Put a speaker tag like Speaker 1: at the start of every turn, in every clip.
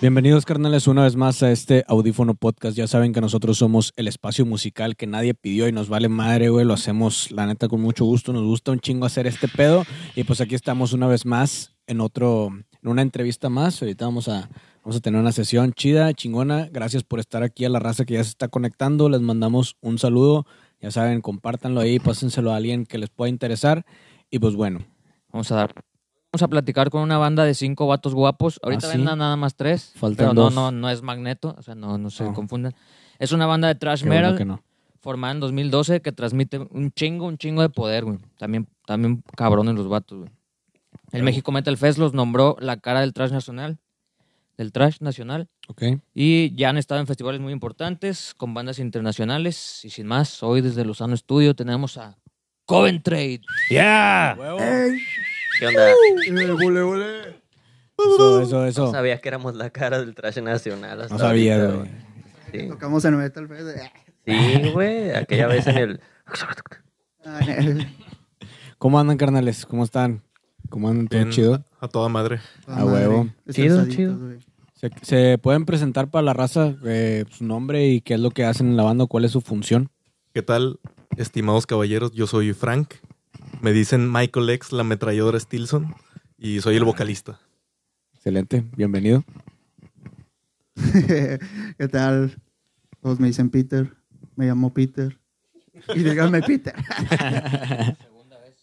Speaker 1: Bienvenidos carnales una vez más a este audífono podcast. Ya saben que nosotros somos el espacio musical que nadie pidió y nos vale madre, güey. Lo hacemos la neta con mucho gusto. Nos gusta un chingo hacer este pedo. Y pues aquí estamos una vez más en otro, en una entrevista más. Ahorita vamos a, vamos a tener una sesión chida, chingona. Gracias por estar aquí a la raza que ya se está conectando. Les mandamos un saludo. Ya saben, compártanlo ahí, pásenselo a alguien que les pueda interesar. Y pues bueno,
Speaker 2: Vamos a dar. Vamos a platicar con una banda de cinco vatos guapos. Ahorita
Speaker 1: Ah,
Speaker 2: ven
Speaker 1: ¿sí?
Speaker 2: na- nada más tres.
Speaker 1: Faltan
Speaker 2: pero no,
Speaker 1: dos.
Speaker 2: no, no es Magneto. O sea, no, no se
Speaker 1: No.
Speaker 2: confundan. Es una banda de thrash
Speaker 1: qué bueno
Speaker 2: metal
Speaker 1: que no.
Speaker 2: formada en 2012 que transmite un chingo, un chingo de poder, güey. También, también cabrones los vatos, güey. El México Metal Fest los nombró la cara del thrash nacional. Del thrash nacional.
Speaker 1: Ok.
Speaker 2: Y ya han estado en festivales muy importantes con bandas internacionales. Y sin más, hoy desde Lozano Studio tenemos a Coventry.
Speaker 3: ¡Yeah!
Speaker 4: ¿Qué onda?
Speaker 1: Eso, eso, eso.
Speaker 4: No sabía que éramos la cara del trash nacional. hasta
Speaker 1: No sabía,
Speaker 4: ahorita,
Speaker 1: güey.
Speaker 4: Sí.
Speaker 5: Tocamos en Metal Fest. eh,
Speaker 4: Sí, güey. Aquella vez en el.
Speaker 5: ah, en el-
Speaker 1: ¿Cómo andan, carnales? ¿Cómo están? ¿Cómo andan? ¿Todo
Speaker 3: Bien,
Speaker 1: chido?
Speaker 3: A toda madre.
Speaker 5: toda
Speaker 1: A
Speaker 5: madre,
Speaker 1: huevo.
Speaker 4: Chido,
Speaker 5: estresaditos,
Speaker 4: chido.
Speaker 5: güey.
Speaker 1: ¿Se, se pueden presentar para la raza eh, su nombre y qué es lo que hacen en la banda? ¿Cuál es su función?
Speaker 3: ¿Qué tal, estimados caballeros? Yo soy Frank. Me dicen Michael X, la ametralladora Stilson. Y soy el vocalista.
Speaker 1: Excelente, bienvenido.
Speaker 5: ¿Qué tal? Todos me dicen Peter. Me llamo Peter. Y díganme Peter.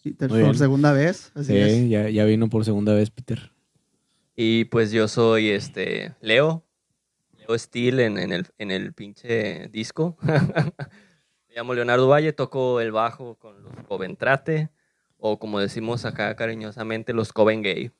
Speaker 5: Peter
Speaker 1: Muy bien.
Speaker 5: por segunda vez. Así
Speaker 1: Sí,
Speaker 5: es.
Speaker 1: ya, ya vino por segunda vez, Peter.
Speaker 4: Y pues yo soy este. Leo. Leo Steele en, en el, en el pinche disco. Me llamo Leonardo Valle. Toco el bajo con los Coventrate. O como decimos acá cariñosamente, los Coven Gay.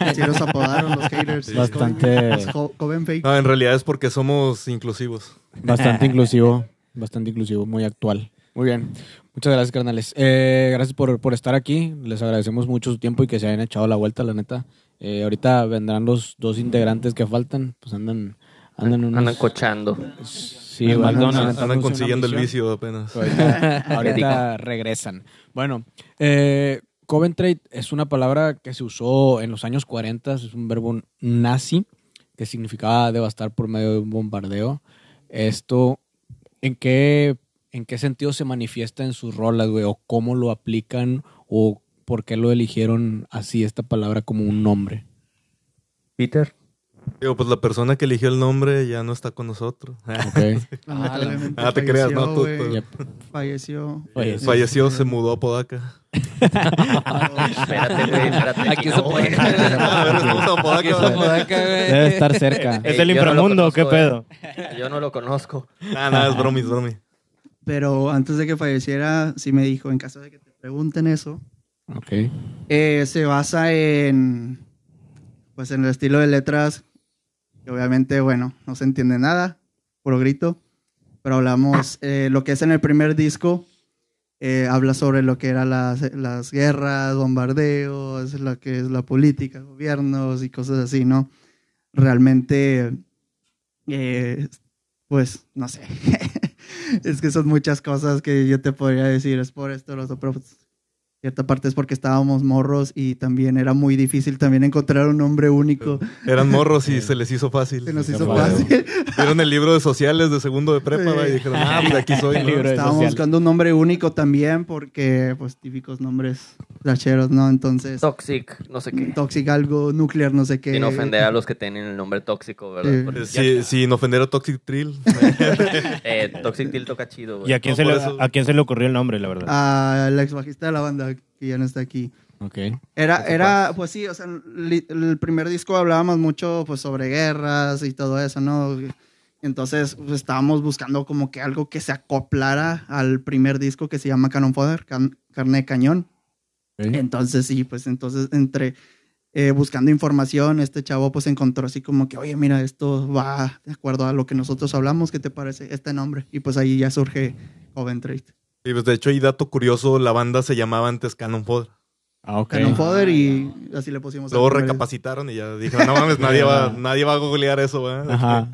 Speaker 5: Así los apodaron los haters.
Speaker 3: Sí.
Speaker 1: Bastante-
Speaker 5: Los jo- joven fake.
Speaker 3: No, en realidad es porque somos inclusivos.
Speaker 1: Bastante inclusivo, bastante inclusivo, muy actual. Muy bien. Muchas gracias, carnales. Eh, gracias por, por estar aquí. Les agradecemos mucho su tiempo y que se hayan echado la vuelta, la neta. Eh, ahorita vendrán los dos integrantes que faltan. Pues andan, andan unos...
Speaker 4: Andan cochando.
Speaker 1: Sí,
Speaker 5: En
Speaker 1: güey,
Speaker 5: McDonald's.
Speaker 1: andan-
Speaker 3: Andan
Speaker 1: una
Speaker 3: consiguiendo el
Speaker 1: misión.
Speaker 3: vicio apenas.
Speaker 1: Ahorita, ahorita
Speaker 4: Dedica.
Speaker 1: regresan. Bueno, eh, Coventry es una palabra que se usó en los años 40, es un verbo nazi que significaba devastar por medio de un bombardeo. Esto, ¿en qué, en qué sentido se manifiesta en sus rolas, güey? ¿O cómo lo aplican? ¿O por qué lo eligieron así, esta palabra, como un nombre?
Speaker 4: Peter.
Speaker 3: Digo, pues la persona que eligió el nombre ya no está con nosotros.
Speaker 1: Ok.
Speaker 5: Lamentablemente
Speaker 3: Ah, te creas,
Speaker 5: falleció,
Speaker 3: ¿no? Tú-
Speaker 5: güey.
Speaker 3: tú-
Speaker 1: Yep.
Speaker 5: Falleció.
Speaker 1: Oye, sí.
Speaker 3: Falleció, se mudó a Podaca.
Speaker 4: Espérate, güey. Espérate.
Speaker 2: Aquí
Speaker 4: no,
Speaker 2: se
Speaker 4: güey.
Speaker 2: puede.
Speaker 3: A ver, nos vamos a Podaca,
Speaker 2: Aquí se
Speaker 3: güey.
Speaker 2: puede que, güey.
Speaker 1: Debe estar cerca.
Speaker 4: Ey,
Speaker 6: ¿Es el
Speaker 4: yo no lo
Speaker 6: inframundo o qué
Speaker 4: conozco,
Speaker 6: pedo?
Speaker 4: eh. Yo no lo conozco.
Speaker 3: Nada, nada, Ah, es bromi, es bromi.
Speaker 5: Pero antes de que falleciera, sí me dijo, en caso de que te pregunten eso,
Speaker 1: Ok.
Speaker 5: Eh, se basa en, pues, en el estilo de letras, que obviamente, bueno, no se entiende nada, puro grito, pero hablamos, eh, lo que es en el primer disco, eh, habla sobre lo que eran las, las guerras, bombardeos, lo que es la política, gobiernos y cosas así, ¿no? Realmente, eh, pues, no sé. es que son muchas cosas que yo te podría decir, es por esto, los otros cierta parte es porque estábamos morros y también era muy difícil también encontrar un nombre único.
Speaker 3: Eran morros y se les hizo fácil.
Speaker 5: Se nos hizo
Speaker 1: Wow.
Speaker 5: fácil.
Speaker 3: Vieron el libro de sociales de segundo de prepa
Speaker 5: Sí.
Speaker 3: güey, y dijeron, ah, pues aquí soy.
Speaker 1: El
Speaker 3: ¿no?
Speaker 1: libro de
Speaker 5: Estábamos
Speaker 1: social.
Speaker 5: buscando un nombre único también porque, pues, típicos nombres racheros, ¿no? Entonces,
Speaker 4: Toxic, no sé qué.
Speaker 5: Toxic algo, Nuclear, no sé qué.
Speaker 4: Sin ofender a los que tienen el nombre tóxico,
Speaker 5: Sí.
Speaker 4: ¿verdad? Porque-
Speaker 3: Eh, Sí, sin ofender a Toxic Trill.
Speaker 4: Eh, Toxic Till toca chido, güey.
Speaker 6: ¿Y a quién,
Speaker 3: No,
Speaker 6: se
Speaker 3: por
Speaker 6: le,
Speaker 3: eso-
Speaker 6: a quién se le ocurrió el nombre, la
Speaker 1: Ah.
Speaker 6: verdad?
Speaker 5: Al ex bajista de la banda que ya no está aquí.
Speaker 1: Ok.
Speaker 5: Era, era, pues sí, o sea, li- el primer disco hablábamos mucho pues sobre guerras y todo eso, ¿no? Entonces pues, estábamos buscando como que algo que se acoplara al primer disco que se llama Cannon Fodder, Can- Carne de Cañón.
Speaker 1: Ok.
Speaker 5: Entonces sí, pues entonces entre eh, buscando información, este chavo pues encontró así como que, oye, mira, esto va de acuerdo a lo que nosotros hablamos, ¿qué te parece este nombre? Y pues ahí ya surge Coventry.
Speaker 3: Y pues de hecho, y dato curioso, la banda se llamaba antes Cannon Fodder.
Speaker 1: Ah, ok.
Speaker 5: Cannon Fodder y así le pusimos. al
Speaker 3: Luego
Speaker 5: primer disco.
Speaker 3: recapacitaron y ya dijeron, no mames, nadie va, nadie va a googlear eso, ¿verdad?
Speaker 1: Ajá.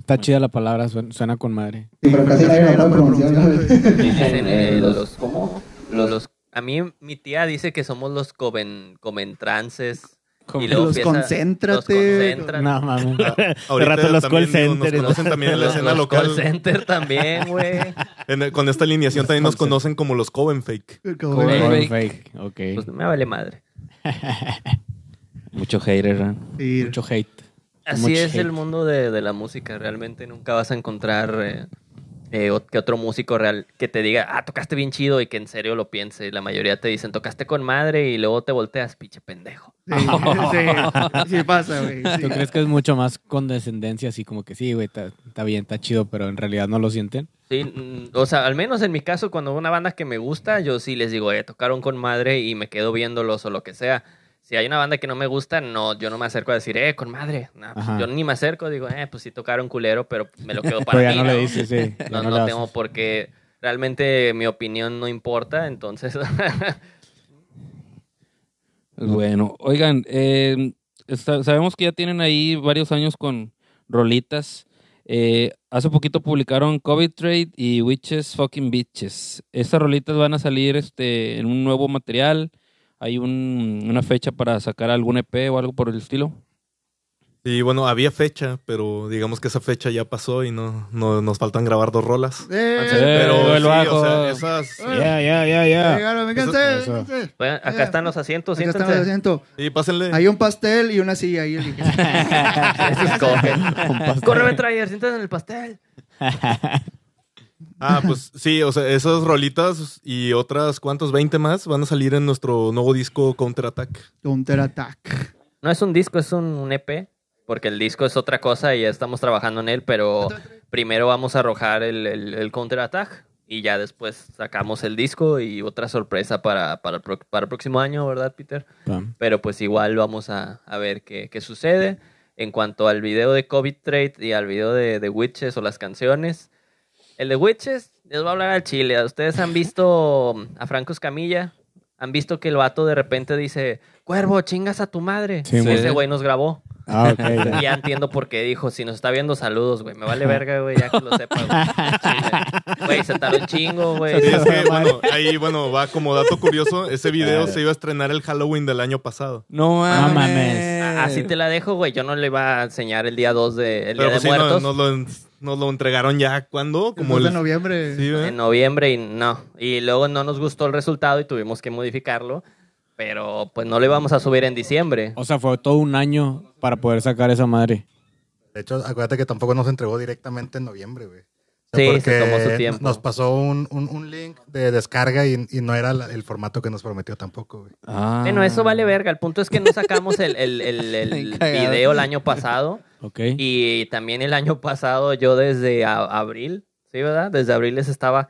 Speaker 1: Está chida la palabra, suena, suena con madre.
Speaker 5: Pero casi nadie lo puede pronunciar, güey.
Speaker 4: Dicen, eh, los, ¿Cómo? Los, a mí, mi tía dice que somos los coven, comentrances. Y luego
Speaker 5: Los
Speaker 4: empieza-
Speaker 5: concéntrate.
Speaker 4: los concentran.
Speaker 1: No, mames.
Speaker 3: Ahorita
Speaker 6: rato los call
Speaker 3: también nos-
Speaker 6: centers.
Speaker 3: Nos conocen también en la
Speaker 4: Los-
Speaker 3: escena
Speaker 4: los
Speaker 3: local.
Speaker 4: Call center también, güey.
Speaker 3: En- con esta alineación también nos conocen como los Coven Fake.
Speaker 5: Como-
Speaker 2: Con el- fake.
Speaker 1: Fake. fake. Ok.
Speaker 4: Pues me vale madre.
Speaker 2: Mucho hater, ¿eh?
Speaker 5: Sí.
Speaker 1: Mucho hate.
Speaker 4: Así
Speaker 1: Mucho
Speaker 4: es
Speaker 1: hate.
Speaker 4: el mundo de, de la música. Realmente nunca vas a encontrar eh, eh, ot- que otro músico real que te diga, ah, tocaste bien chido y que en serio lo piense. La mayoría te dicen, tocaste con madre y luego te volteas, pinche pendejo.
Speaker 5: Sí, sí, sí pasa, güey. sí.
Speaker 1: ¿Tú crees que es mucho más condescendencia así como que sí, güey, está está bien, está chido, pero en realidad no lo sienten?
Speaker 4: Sí, mm, o sea, al menos en mi caso, cuando una banda que me gusta, yo sí les digo, eh, tocaron con madre y me quedo viéndolos o lo que sea. Si hay una banda que no me gusta, no, yo no me acerco a decir, eh, con madre. No, pues,
Speaker 1: Ajá.
Speaker 4: yo ni me acerco, digo, eh, pues sí tocaron culero, pero me lo quedo para
Speaker 1: Pero ya
Speaker 4: mí,
Speaker 1: no le
Speaker 4: ¿no?
Speaker 1: dices, sí. ya
Speaker 4: No,
Speaker 1: no
Speaker 4: no
Speaker 1: le haces.
Speaker 4: tengo por qué. Realmente mi opinión no importa, entonces.
Speaker 2: Bueno, oigan, eh, está- sabemos que ya tienen ahí varios años con rolitas. Eh, hace poquito publicaron COVID Trade y Witches Fucking Bitches. Estas rolitas van a salir este, en un nuevo material. ¿Hay un- una fecha para sacar algún EP o algo por el estilo?
Speaker 3: Y bueno, había fecha, pero digamos que esa fecha ya pasó y no, no nos faltan grabar dos rolas.
Speaker 5: Eh,
Speaker 3: Pero
Speaker 2: el
Speaker 3: sí,
Speaker 2: bajo.
Speaker 3: o sea, esas-
Speaker 6: Ya, ya, ya, ya.
Speaker 5: llegaron, vénganse,
Speaker 3: Eso-
Speaker 5: vénganse. Acá
Speaker 4: Bueno, acá están los asientos,
Speaker 5: están
Speaker 4: siéntense.
Speaker 5: los asientos.
Speaker 3: Sí, pásenle.
Speaker 5: Hay un pastel y una silla ahí. elige.
Speaker 4: Eso escogen. Córreme, Trayer, siéntense en el pastel.
Speaker 3: Ah, pues sí, o sea, esas rolitas y otras cuantos 20 más van a salir en nuestro nuevo disco Counterattack.
Speaker 5: Counter Attack.
Speaker 4: No es un disco, es un, un EP. Porque el disco es otra cosa y ya estamos trabajando en él, pero primero vamos a arrojar el, el, el counterattack y ya después sacamos el disco y otra sorpresa para, para, el pro- para el próximo año, ¿verdad, Peter?
Speaker 1: Pam.
Speaker 4: pero pues igual vamos a, a ver qué, qué sucede. En cuanto al video de COVID Trade y al video de, de Witches o las canciones, el de Witches les voy a hablar al chile. Ustedes han visto a Franco Escamilla, han visto que el vato de repente dice, Cuervo, chingas a tu madre.
Speaker 1: Sí,
Speaker 2: güey.
Speaker 4: Ese güey nos grabó.
Speaker 1: Ah, ok. ya.
Speaker 4: Y ya entiendo por qué dijo, si nos está viendo, saludos, güey. Me vale verga, güey, ya que lo sepa, güey. Chile. Güey, se tardó un chingo, güey.
Speaker 3: Sí, es que, bueno, ahí, bueno, va como dato curioso, ese video se iba a estrenar el Halloween del año pasado.
Speaker 2: No
Speaker 1: mames.
Speaker 4: A- Así Ah, te la dejo, güey. Yo no le iba a enseñar el día 2 de, el
Speaker 3: Pero
Speaker 4: día de
Speaker 3: pues sí, no-
Speaker 4: muertos.
Speaker 3: nos, lo, en- nos lo entregaron ya, ¿cuándo?
Speaker 5: El
Speaker 3: Como
Speaker 5: 2 de
Speaker 3: el...
Speaker 5: noviembre.
Speaker 3: Sí, ¿eh?
Speaker 4: en noviembre y no. Y luego no nos gustó el resultado y tuvimos que modificarlo. Pero pues no lo íbamos a subir en diciembre.
Speaker 1: O sea, fue todo un año para poder sacar esa madre.
Speaker 7: De hecho, acuérdate que tampoco nos entregó directamente en noviembre, güey. O
Speaker 4: Sí,
Speaker 7: sea,
Speaker 4: se
Speaker 7: porque
Speaker 4: tomó su tiempo.
Speaker 7: Nos pasó un, un- un link de descarga y, y no era la- el formato que nos prometió tampoco, güey.
Speaker 1: Ah.
Speaker 4: Bueno, eso vale verga. El punto es que no sacamos el, el- el- el
Speaker 2: Bien cagado.
Speaker 4: video el año pasado.
Speaker 1: Ok.
Speaker 4: Y también el año pasado yo desde a- abril, ¿sí, verdad? Desde abril les estaba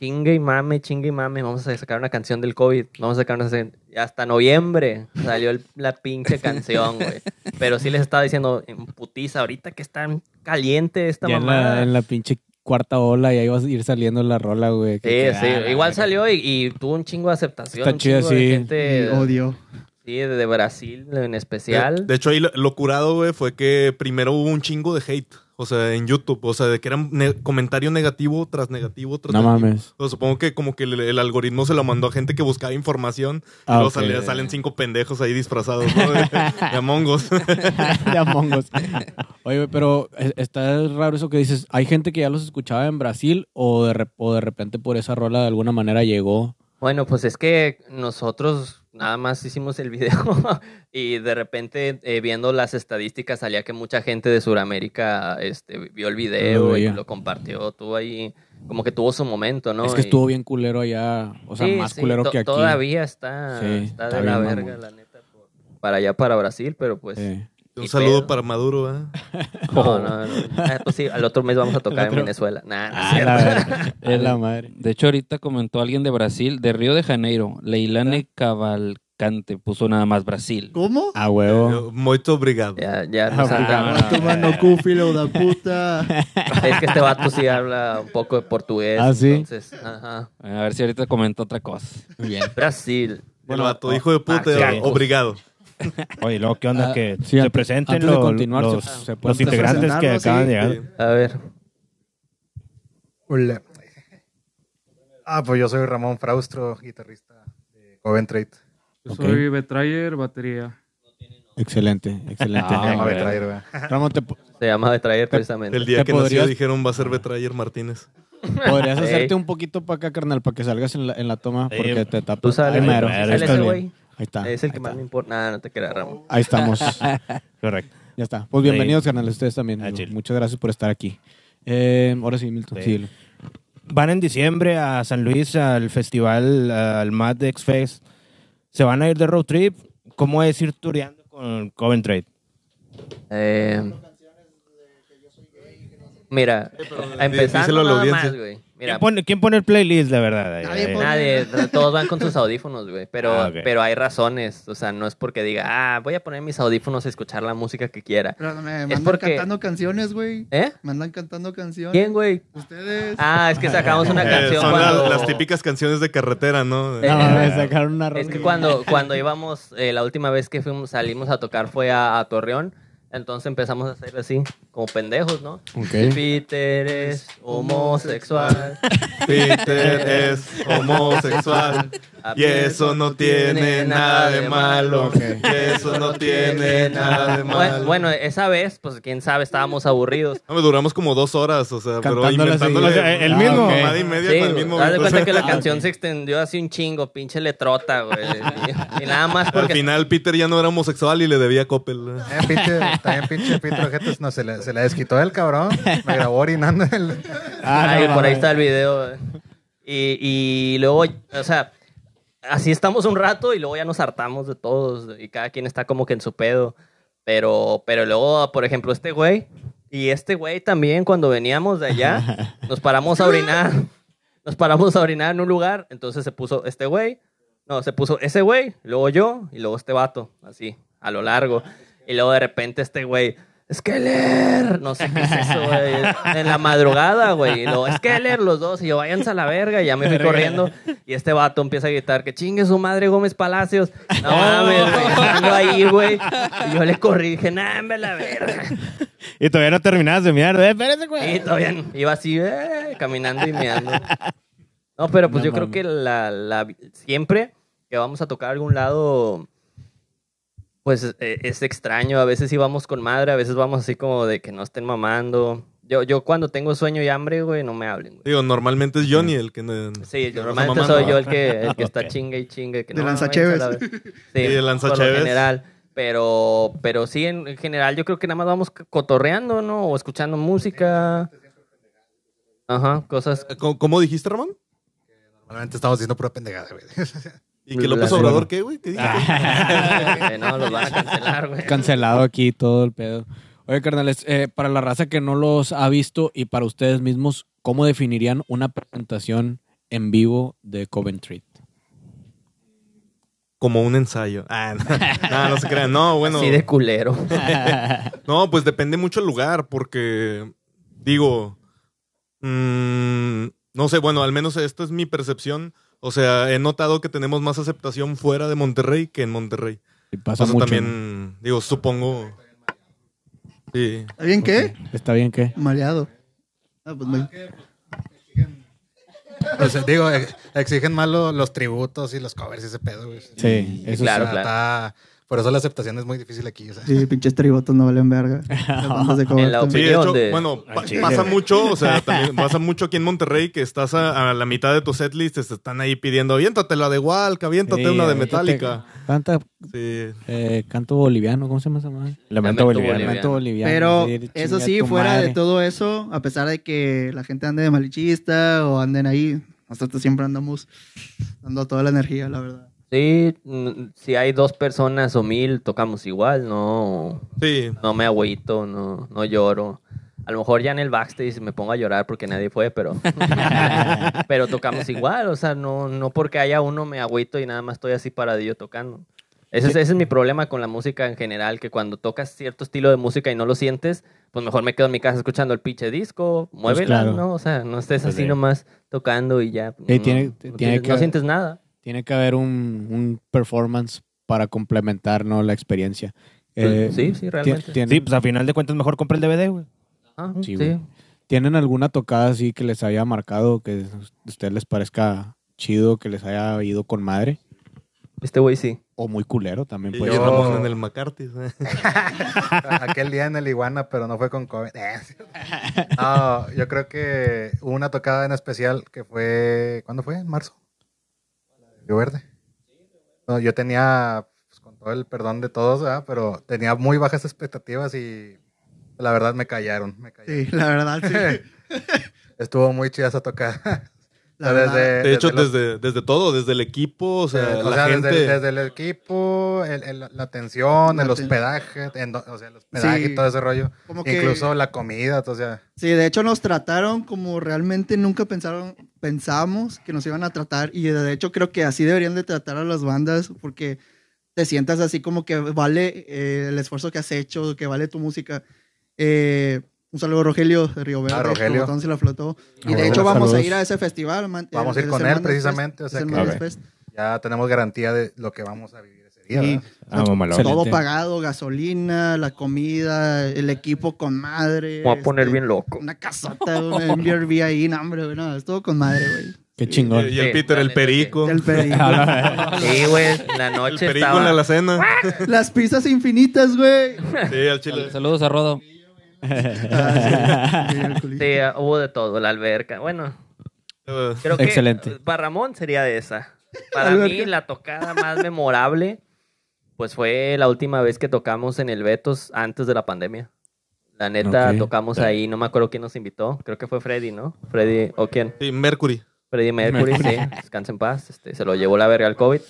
Speaker 4: chingue y mame, chingue y mame. Vamos a sacar una canción del COVID. Vamos a sacar una canción. Y Hasta noviembre salió el- la pinche canción, güey. Pero sí les estaba diciendo, en putiza, ahorita que están caliente esta
Speaker 1: ya en la,
Speaker 4: mamada.
Speaker 1: en la pinche cuarta ola y ahí va a ir saliendo la rola, güey.
Speaker 4: Sí,
Speaker 1: que-
Speaker 4: sí.
Speaker 1: ah,
Speaker 4: Igual
Speaker 1: la-
Speaker 4: salió y, y tuvo un chingo de aceptación.
Speaker 1: Está
Speaker 4: un
Speaker 1: chida,
Speaker 4: chingo de
Speaker 1: sí.
Speaker 5: Y
Speaker 4: gente,
Speaker 5: Odio.
Speaker 4: sí, de de Brasil en
Speaker 3: De,
Speaker 4: especial.
Speaker 3: de hecho, ahí lo, lo curado, güey, fue que primero hubo un chingo de hate, o sea, en YouTube, o sea, de que era ne- comentario negativo tras negativo tras
Speaker 1: No
Speaker 3: negativo.
Speaker 1: mames.
Speaker 3: O sea, supongo que como que el, el algoritmo se lo mandó a gente que buscaba información y
Speaker 1: Ah,
Speaker 3: luego
Speaker 1: ok.
Speaker 3: sale- salen cinco pendejos ahí disfrazados, ¿no? De, de Among Us.
Speaker 1: de Among Us. Oye, güey, pero es- está raro eso que dices. ¿Hay gente que ya los escuchaba en Brasil o de, rep- o de repente por esa rola de alguna manera llegó?
Speaker 4: Bueno, pues es que nosotros nada más hicimos el video y de repente eh, viendo las estadísticas salía que mucha gente de Sudamérica este, vio el video
Speaker 1: Lo
Speaker 4: y
Speaker 1: veía.
Speaker 4: lo compartió. Tuvo ahí, como que tuvo su momento, ¿no?
Speaker 1: es que
Speaker 4: Y-
Speaker 1: estuvo bien culero allá, o sea,
Speaker 4: Sí,
Speaker 1: más
Speaker 4: sí,
Speaker 1: culero
Speaker 4: to-
Speaker 1: que aquí.
Speaker 4: Todavía está,
Speaker 1: Sí,
Speaker 4: está
Speaker 1: está
Speaker 4: de
Speaker 1: bien
Speaker 4: la
Speaker 1: mamón.
Speaker 4: verga, la neta, por- para allá, para Brasil, pero pues...
Speaker 1: Sí.
Speaker 3: un
Speaker 4: Ni
Speaker 3: saludo
Speaker 4: pedo.
Speaker 3: para Maduro, ¿ah?
Speaker 1: Oh.
Speaker 4: No, no, no. Ah, pues sí, al otro mes vamos a tocar en Venezuela. Nah, no es
Speaker 1: Ah,
Speaker 4: cierto.
Speaker 1: la, verga. A la madre.
Speaker 2: De hecho, ahorita comentó alguien de Brasil, de Río de Janeiro, Leilane Cavalcante, puso nada más Brasil.
Speaker 5: ¿Cómo?
Speaker 1: A huevo.
Speaker 3: Muito obrigado.
Speaker 4: Ya, ya
Speaker 1: Ah,
Speaker 4: nos
Speaker 1: bueno.
Speaker 4: andamos.
Speaker 5: Ah, tu mano cúfilo da puta.
Speaker 4: Es que este vato sí habla un poco de portugués.
Speaker 1: Ah, ¿sí?
Speaker 4: Entonces, ajá.
Speaker 2: A ver si ahorita comenta otra cosa.
Speaker 4: Brasil.
Speaker 3: el vato, oh, hijo de puta, eh,
Speaker 4: ah, sí.
Speaker 3: obrigado.
Speaker 6: Oye, luego, ¿qué onda?
Speaker 1: Ah,
Speaker 6: que se
Speaker 1: sí, antes-
Speaker 6: presenten
Speaker 1: antes de
Speaker 6: los,
Speaker 1: continuar,
Speaker 6: los,
Speaker 1: se- se
Speaker 6: los
Speaker 1: pueden
Speaker 6: integrantes que
Speaker 5: presentarnos,
Speaker 6: acaban
Speaker 5: sí.
Speaker 6: de llegar.
Speaker 3: Sí.
Speaker 4: A ver.
Speaker 7: Hola. Ah, pues yo soy Ramón Fraustro, guitarrista de Coventrate.
Speaker 8: Yo
Speaker 1: Ok.
Speaker 8: soy Betrayer, batería.
Speaker 1: Excelente, excelente.
Speaker 2: Ah,
Speaker 7: Se llama
Speaker 2: güey.
Speaker 7: Betrayer, güey.
Speaker 1: Ramón, te po-
Speaker 4: Se llama Betrayer precisamente.
Speaker 3: El día
Speaker 1: ¿Te
Speaker 3: que nació
Speaker 1: podrías-
Speaker 3: dijeron va a ser Betrayer Martínez.
Speaker 1: podrías
Speaker 4: Ey.
Speaker 1: hacerte un poquito para acá, carnal, para que salgas en la, en la toma
Speaker 6: Sí,
Speaker 1: porque
Speaker 6: güey.
Speaker 1: te tapas.
Speaker 4: Tú sales,
Speaker 1: Ahí mero.
Speaker 6: sales
Speaker 1: Ahí estás
Speaker 4: ese
Speaker 1: bien.
Speaker 4: güey.
Speaker 1: Ahí está.
Speaker 4: Es el
Speaker 1: ahí
Speaker 4: que más
Speaker 1: está.
Speaker 4: me importa. Nada, no te creas, Ramón.
Speaker 1: Ahí estamos.
Speaker 6: Correcto.
Speaker 1: Ya está. Pues bienvenidos, carnales, ustedes también.
Speaker 6: Ah, chile.
Speaker 1: Muchas gracias por estar aquí. Eh, ahora sí, Milton.
Speaker 6: Sí.
Speaker 1: síguele.
Speaker 6: Van en diciembre a San Luis al festival, al Mad X Fest. Se van a ir de road trip. ¿Cómo es ir tureando con Coventry?
Speaker 4: Eh, mira, a empezar
Speaker 3: díselo a la
Speaker 4: nada
Speaker 3: audiencia.
Speaker 4: más, güey. Mira,
Speaker 6: ¿Quién pone, quién pone el playlist, la verdad? Ahí,
Speaker 5: Nadie
Speaker 6: ahí.
Speaker 5: pone.
Speaker 4: nadie, todos van con sus audífonos, güey. Pero,
Speaker 6: Ah, ok.
Speaker 4: pero hay razones. O sea, no es porque diga, ah, voy a poner mis audífonos a escuchar la música que quiera.
Speaker 5: Pero me
Speaker 4: Es
Speaker 5: mandan
Speaker 4: porque-
Speaker 5: cantando canciones, güey.
Speaker 4: ¿Eh?
Speaker 5: Me andan cantando canciones.
Speaker 4: ¿Quién, güey?
Speaker 5: Ustedes.
Speaker 4: Ah, es que sacamos una
Speaker 3: Eh,
Speaker 4: canción.
Speaker 3: son
Speaker 4: cuando-
Speaker 3: la- las típicas canciones de carretera, ¿no?
Speaker 4: Eh,
Speaker 1: No, mames, Ah, sacaron una
Speaker 4: Es que
Speaker 1: rola.
Speaker 4: cuando, cuando íbamos, eh, la última vez que fuimos, salimos a tocar fue a, a Torreón. Entonces empezamos a hacer así, como pendejos, ¿no?
Speaker 1: Ok.
Speaker 4: Peter es homosexual.
Speaker 3: Peter es homosexual. Y eso no tiene nada de malo. Y eso no tiene nada de
Speaker 4: Bueno,
Speaker 3: malo.
Speaker 4: bueno, esa vez, pues quién sabe, estábamos aburridos.
Speaker 3: No, duramos como dos horas, o sea, pero
Speaker 1: Cantándolas
Speaker 3: inventándolas.
Speaker 1: seguidas.
Speaker 6: El mismo.
Speaker 3: Mamada y
Speaker 4: Sí,
Speaker 3: media con el
Speaker 4: güey,
Speaker 3: mismo.
Speaker 4: haz de
Speaker 3: grito.
Speaker 4: cuenta que la
Speaker 1: Ah,
Speaker 4: canción se extendió así un chingo, pinche letrota, güey. Y, y nada más
Speaker 3: Al
Speaker 4: porque
Speaker 3: final Peter ya no era homosexual y le debía a Coppel. ¿no?
Speaker 7: También pinche, también pinche Peter Ojetes, no, se le, se le desquitó el cabrón. Me grabó orinando en el...
Speaker 1: Ah,
Speaker 4: Ay,
Speaker 1: no,
Speaker 4: por ahí
Speaker 1: mames.
Speaker 4: está el video. Y, y luego, o sea, así estamos un rato y luego ya nos hartamos de todos y cada quien está como que en su pedo. Pero, pero luego, por ejemplo, este güey y este güey también cuando veníamos de allá, nos paramos a orinar. Nos paramos a orinar en un lugar, entonces se puso este güey, no, se puso ese güey, luego yo y luego este vato, así, a lo largo. Y luego de repente este güey, Skeller, no sé qué es eso, güey. En la madrugada, güey. Y luego, Skeller, los dos. Y yo, váyanse a la verga. Y ya me fui corriendo. Y este vato empieza a gritar, que chingue su madre Gómez Palacios. No mames, güey. estando ahí, güey. Y yo le corrí, dije, nah, hombre, la verga.
Speaker 6: Y todavía no terminabas de mirar. Eh, espérate, güey.
Speaker 4: Y todavía no. iba así, eh, caminando y meando. No, pero pues
Speaker 1: No
Speaker 4: yo creo
Speaker 1: mames.
Speaker 4: que la, la- siempre que vamos a tocar algún lado, pues eh, es extraño. A veces íbamos con madre, a veces vamos así como de que no estén mamando. Yo, yo cuando tengo sueño y hambre, güey, no me hablen, güey.
Speaker 3: Digo, normalmente es Johnny el que. no-
Speaker 4: Sí, yo normalmente
Speaker 3: no está mamando.
Speaker 4: soy yo el que, el que está
Speaker 6: Ok.
Speaker 4: chingue y chingue. Que
Speaker 5: De
Speaker 4: no, no,
Speaker 5: lanzacheves.
Speaker 4: váyanse a la ver- Sí,
Speaker 3: Y de lanzacheves.
Speaker 4: Por lo general. Pero, pero sí, en en general, yo creo que nada más vamos c- cotorreando, ¿no? O escuchando música. Ajá, cosas.
Speaker 3: Eh, ¿Cómo, cómo dijiste, Ramón?
Speaker 7: Normalmente estamos diciendo pura pendejada, güey.
Speaker 3: ¿Y que López
Speaker 4: La-
Speaker 3: Obrador qué, güey? ¿Qué dijiste?
Speaker 4: Eh, no, los van a cancelar, güey.
Speaker 1: Cancelado aquí todo el pedo. Oye, carnales, eh, para la raza que no los ha visto y para ustedes mismos, ¿cómo definirían una presentación en vivo de Coventry?
Speaker 3: Como un ensayo. Ah, no, no, no se crean. No, bueno.
Speaker 4: Así de culero.
Speaker 3: No, pues depende mucho el lugar, porque digo, mm, no sé, bueno, al menos esta es mi percepción. O sea, he notado que tenemos más aceptación fuera de Monterrey que en Monterrey.
Speaker 1: Y pasa
Speaker 3: o sea,
Speaker 1: mucho,
Speaker 3: también, digo, supongo. Sí.
Speaker 5: ¿Está bien qué?
Speaker 1: ¿no? ¿Está bien qué?
Speaker 5: Mareado. Ah, pues me-
Speaker 7: Entonces, digo, ex- exigen más lo- los tributos y los covers y ese pedo, güey.
Speaker 1: Sí, eso
Speaker 4: claro,
Speaker 7: O sea, está- Por eso la aceptación es muy difícil aquí, o sea.
Speaker 5: Sí, pinches tributos no valen verga. Las bandas de cover
Speaker 4: En la
Speaker 5: también.
Speaker 3: Sí, de
Speaker 4: Opinión
Speaker 3: hecho,
Speaker 4: de-
Speaker 3: bueno, pa- pasa mucho, o sea, también pasa mucho aquí en Monterrey que estás a, a la mitad de tu setlist, te están ahí pidiendo, aviéntate la de Walk, aviéntate
Speaker 1: Sí,
Speaker 3: una de
Speaker 1: ahorita
Speaker 3: Metallica.
Speaker 1: te- Canta,
Speaker 3: Sí.
Speaker 1: eh, canto boliviano, ¿cómo se llama esa madre?
Speaker 4: Lamento
Speaker 6: Lamento
Speaker 4: boliviano.
Speaker 6: boliviano.
Speaker 1: Canto boliviano.
Speaker 5: Pero
Speaker 1: sí, chinga
Speaker 5: eso sí,
Speaker 1: tu
Speaker 5: fuera
Speaker 1: madre.
Speaker 5: de todo eso, a pesar de que la gente ande de malichista o anden ahí, nosotros siempre andamos dando toda la energía, la verdad.
Speaker 4: Sí, mm, si hay dos personas o mil, tocamos igual, no.
Speaker 3: Sí.
Speaker 4: No me agüito, no, no lloro. A lo mejor ya en el backstage me pongo a llorar porque nadie fue, pero, pero tocamos igual. O sea, no, no porque haya uno me agüito y nada más estoy así paradillo tocando. Ese es, ese es mi problema con la música en general, que cuando tocas cierto estilo de música y no lo sientes, pues mejor me quedo en mi casa escuchando el pinche disco, muévela,
Speaker 1: Pues claro.
Speaker 4: ¿no? O sea, no estés
Speaker 6: Pues
Speaker 4: así
Speaker 6: sí.
Speaker 4: nomás tocando y ya.
Speaker 1: Sí,
Speaker 4: no,
Speaker 1: tiene-
Speaker 4: no
Speaker 1: tiene
Speaker 4: tienes-
Speaker 1: que
Speaker 4: no
Speaker 1: haber-
Speaker 4: sientes nada.
Speaker 1: Tiene que haber un, un performance para complementar ¿no? la experiencia. Eh,
Speaker 4: sí, sí,
Speaker 1: ti-
Speaker 4: realmente.
Speaker 1: tienen-
Speaker 6: Sí, pues a final de cuentas mejor compra el DVD, güey.
Speaker 4: Ah, sí.
Speaker 1: Sí, güey. ¿Tienen alguna tocada así que les haya marcado, que a ustedes les parezca chido, que les haya ido con madre?
Speaker 4: Este güey sí.
Speaker 1: o muy culero también.
Speaker 3: Y
Speaker 1: puede
Speaker 7: yo-
Speaker 1: ser.
Speaker 3: lloramos en el McCarthy. ¿eh?
Speaker 7: Aquel día en el Iguana, pero no fue con COVID. Eh, No, yo creo que hubo una tocada en especial que fue. ¿Cuándo fue? ¿En marzo? Río Verde. No, yo tenía, pues, con todo el perdón de todos, ¿verdad? pero tenía muy bajas expectativas y la verdad me callaron. Me callaron.
Speaker 5: Sí, la verdad, sí.
Speaker 7: Estuvo muy chida esa tocada.
Speaker 5: La
Speaker 7: Desde-
Speaker 5: verdad.
Speaker 3: De hecho,
Speaker 7: los-
Speaker 3: desde, desde todo, desde el equipo, o sea,
Speaker 7: Eh,
Speaker 3: la
Speaker 7: o sea,
Speaker 3: gente.
Speaker 7: desde, desde el equipo, el- el- la atención,
Speaker 5: La
Speaker 7: el
Speaker 5: aten-
Speaker 7: hospedaje, en do- o sea, el hospedaje
Speaker 5: Sí.
Speaker 7: y todo ese rollo.
Speaker 5: Como que-
Speaker 7: Incluso la comida, o sea,
Speaker 5: Sí, de hecho nos trataron como realmente nunca pensaron, pensábamos que nos iban a tratar y de hecho creo que así deberían de tratar a las bandas porque te sientas así como que vale eh, el esfuerzo que has hecho, que vale tu música. Eh, un saludo a Rogelio de Río Verde,
Speaker 7: Rogelio.
Speaker 5: Botón se la flotó. Y de
Speaker 1: Rogelio,
Speaker 5: hecho vamos a
Speaker 1: saludos.
Speaker 5: ir a ese festival. man- eh,
Speaker 7: Vamos a ir
Speaker 5: es
Speaker 7: con
Speaker 5: el
Speaker 7: él
Speaker 5: Mandas
Speaker 7: precisamente, o
Speaker 5: es
Speaker 7: sea
Speaker 5: el
Speaker 7: que-
Speaker 5: Mandas
Speaker 6: Ok.
Speaker 5: Fest.
Speaker 7: ya tenemos garantía de lo que vamos a vivir ese día.
Speaker 5: Y-
Speaker 7: ¿verdad?
Speaker 6: Ah, mamalón.
Speaker 1: Excelente.
Speaker 5: Todo pagado, gasolina, la comida, el equipo con madre.
Speaker 4: Me voy a poner
Speaker 5: este,
Speaker 4: bien loco.
Speaker 5: Una casota, un Airbnb ahí, no, hombre, güey, no, estuvo con madre, güey.
Speaker 1: Qué chingón.
Speaker 3: Y el
Speaker 4: Sí,
Speaker 3: Peter,
Speaker 4: la
Speaker 3: el
Speaker 4: neta, sí.
Speaker 3: perico.
Speaker 5: El perico.
Speaker 4: Sí, güey, la
Speaker 3: El
Speaker 4: noche
Speaker 3: perico en
Speaker 4: estaba...
Speaker 3: la alacena.
Speaker 5: ¡Ah! Las pizzas infinitas, güey.
Speaker 3: Sí, al chile.
Speaker 2: Saludos a Rodo.
Speaker 5: Ah, sí, sí, el culito.
Speaker 4: Sí, ah, hubo de todo, la alberca. Bueno,
Speaker 3: Eh,
Speaker 4: creo que
Speaker 1: Excelente.
Speaker 4: eh, para Ramón sería de esa. Para mí
Speaker 5: Alberca.
Speaker 4: la tocada más memorable pues fue la última vez que tocamos en el Betos antes de la pandemia. La neta
Speaker 1: Ok.
Speaker 4: tocamos ahí, no me acuerdo quién nos invitó, creo que fue Freddy, ¿no? Freddy o quién?
Speaker 3: Sí, Mercury.
Speaker 4: Freddy Mercury, sí, descansa en paz, este, se lo llevó la verga al COVID.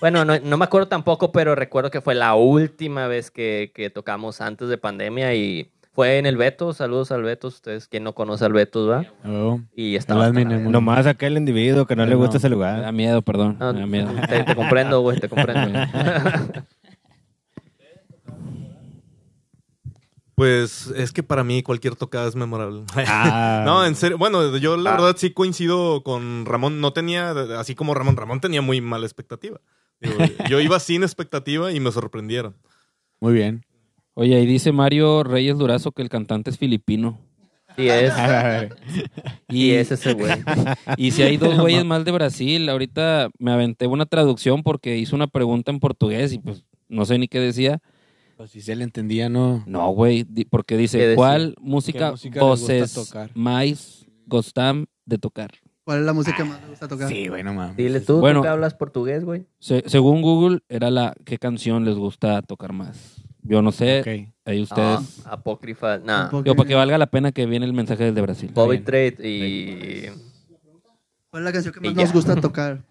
Speaker 4: Bueno, no, no me acuerdo tampoco, pero recuerdo que fue la última vez que, que tocamos antes de pandemia y fue en el Betos, saludos al Betos, ustedes quien no conoce al Betos, ¿va?
Speaker 1: Oh,
Speaker 4: Y
Speaker 1: El
Speaker 4: estaba... hasta la
Speaker 1: admin,
Speaker 4: verga.
Speaker 1: hermano.
Speaker 6: Nomás aquel individuo que no le
Speaker 1: No.
Speaker 6: gusta ese
Speaker 2: Me da
Speaker 6: lugar.
Speaker 2: Ah, miedo, perdón.
Speaker 6: Ah,
Speaker 4: No,
Speaker 2: me da miedo.
Speaker 4: Te, te comprendo, güey, te comprendo.
Speaker 3: Pues es que para mí cualquier tocada es memorable.
Speaker 6: Ah.
Speaker 3: no, en serio. Bueno, yo
Speaker 4: Ah.
Speaker 3: la verdad sí coincido con Ramón. No tenía, así como Ramón, Ramón tenía muy mala expectativa. Digo, yo iba sin expectativa y me sorprendieron.
Speaker 1: muy bien.
Speaker 2: Oye, ahí dice Mario Reyes Durazo que el cantante es filipino.
Speaker 4: Y es, y
Speaker 2: Y-
Speaker 4: es ese güey.
Speaker 2: Y si hay dos güeyes más de Brasil, ahorita me aventé una traducción porque hizo una pregunta en portugués y pues no sé ni qué decía.
Speaker 1: Pues si se le entendía, no.
Speaker 2: No, güey, di- porque
Speaker 4: ¿Qué
Speaker 2: dice,
Speaker 4: decía?
Speaker 2: ¿cuál música,
Speaker 1: ¿Qué música les gusta
Speaker 2: voces
Speaker 1: tocar?
Speaker 2: más gostam de tocar?
Speaker 5: ¿Cuál es la música que más te gusta tocar?
Speaker 1: Sí, güey, no mames.
Speaker 4: Dile tú,
Speaker 2: Bueno.
Speaker 4: ¿tú que hablas portugués, güey?
Speaker 2: Se- según Google, era la qué canción les gusta tocar más. Yo no sé,
Speaker 1: Ok.
Speaker 2: ahí
Speaker 4: No,
Speaker 2: ustedes.
Speaker 4: Ah, apócrifa, nada.
Speaker 5: Tampoco.
Speaker 2: Yo, para que valga la pena que viene el mensaje desde Brasil.
Speaker 4: Bobby Trade y...
Speaker 5: ¿Cuál es la canción que más
Speaker 4: Y ya.
Speaker 5: nos gusta tocar?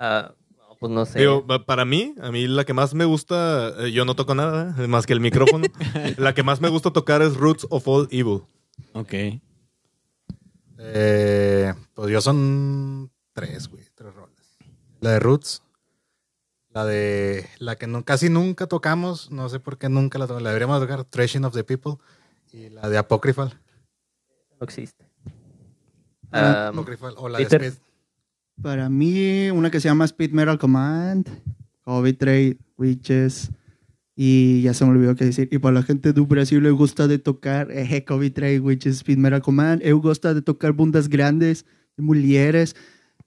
Speaker 4: ah, no, pues no sé.
Speaker 3: Digo, pa- para mí, a mí la que más me gusta, eh, yo no toco nada eh, más que el micrófono. la que más me gusta tocar es Roots of All Evil.
Speaker 1: Ok.
Speaker 7: Eh, pues yo son tres, güey, tres roles. La de Roots, la de la que nu- casi nunca tocamos, no sé por qué nunca la tocamos, la deberíamos tocar, Threshing of the People, y la de Apocryphal.
Speaker 4: no existe.
Speaker 5: Ah,
Speaker 4: Ah,
Speaker 7: Apocryphal, o la de
Speaker 4: Peter.
Speaker 7: Speed.
Speaker 5: Para mí, una que se llama Speed Metal Command, Covid Trade, Witches, y ya se me olvidó qué decir. Y para la gente de Brasil le gusta de tocar eh, Covid Trade, Witches, Speed Metal Command. Eu gosta de tocar bundas grandes, de mulheres,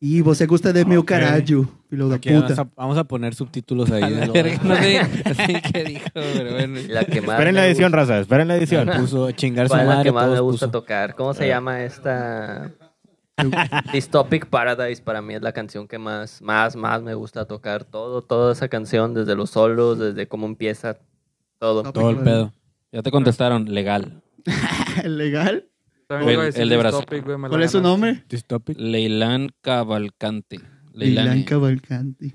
Speaker 5: y você gusta de meu
Speaker 1: Ah, Ok.
Speaker 5: caralho, filo da
Speaker 1: Aquí vamos,
Speaker 5: puta.
Speaker 1: a, vamos a poner subtítulos ahí.
Speaker 2: A
Speaker 1: de
Speaker 2: la
Speaker 1: lo-
Speaker 2: verga, no sé, no sé qué dijo, pero bueno.
Speaker 4: la que más
Speaker 6: Esperen
Speaker 4: me
Speaker 6: la edición,
Speaker 4: gusta-
Speaker 6: raza, esperen la edición.
Speaker 1: Puso a chingar su
Speaker 4: ¿Cuál es la
Speaker 1: madre.
Speaker 4: que más me
Speaker 1: todos
Speaker 4: gusta
Speaker 1: puso. Eh.
Speaker 4: tocar? ¿Cómo se llama esta? Dystopic Paradise para mí es la canción que más, más, más me gusta tocar. Todo, toda esa canción, desde los solos, desde cómo empieza, todo.
Speaker 1: Todo el
Speaker 5: pues,
Speaker 1: pedo.
Speaker 2: Ya te contestaron, legal.
Speaker 5: ¿Legal?
Speaker 2: El-
Speaker 8: iba a decir
Speaker 2: el de Brasil.
Speaker 8: Dystopic, güey, me la
Speaker 5: ¿Cuál es su
Speaker 8: ganaste.
Speaker 5: nombre?
Speaker 4: Eh,
Speaker 1: Dystopic.
Speaker 2: Leilán Cavalcante. Leilán.
Speaker 5: Leilani Cavalcanti.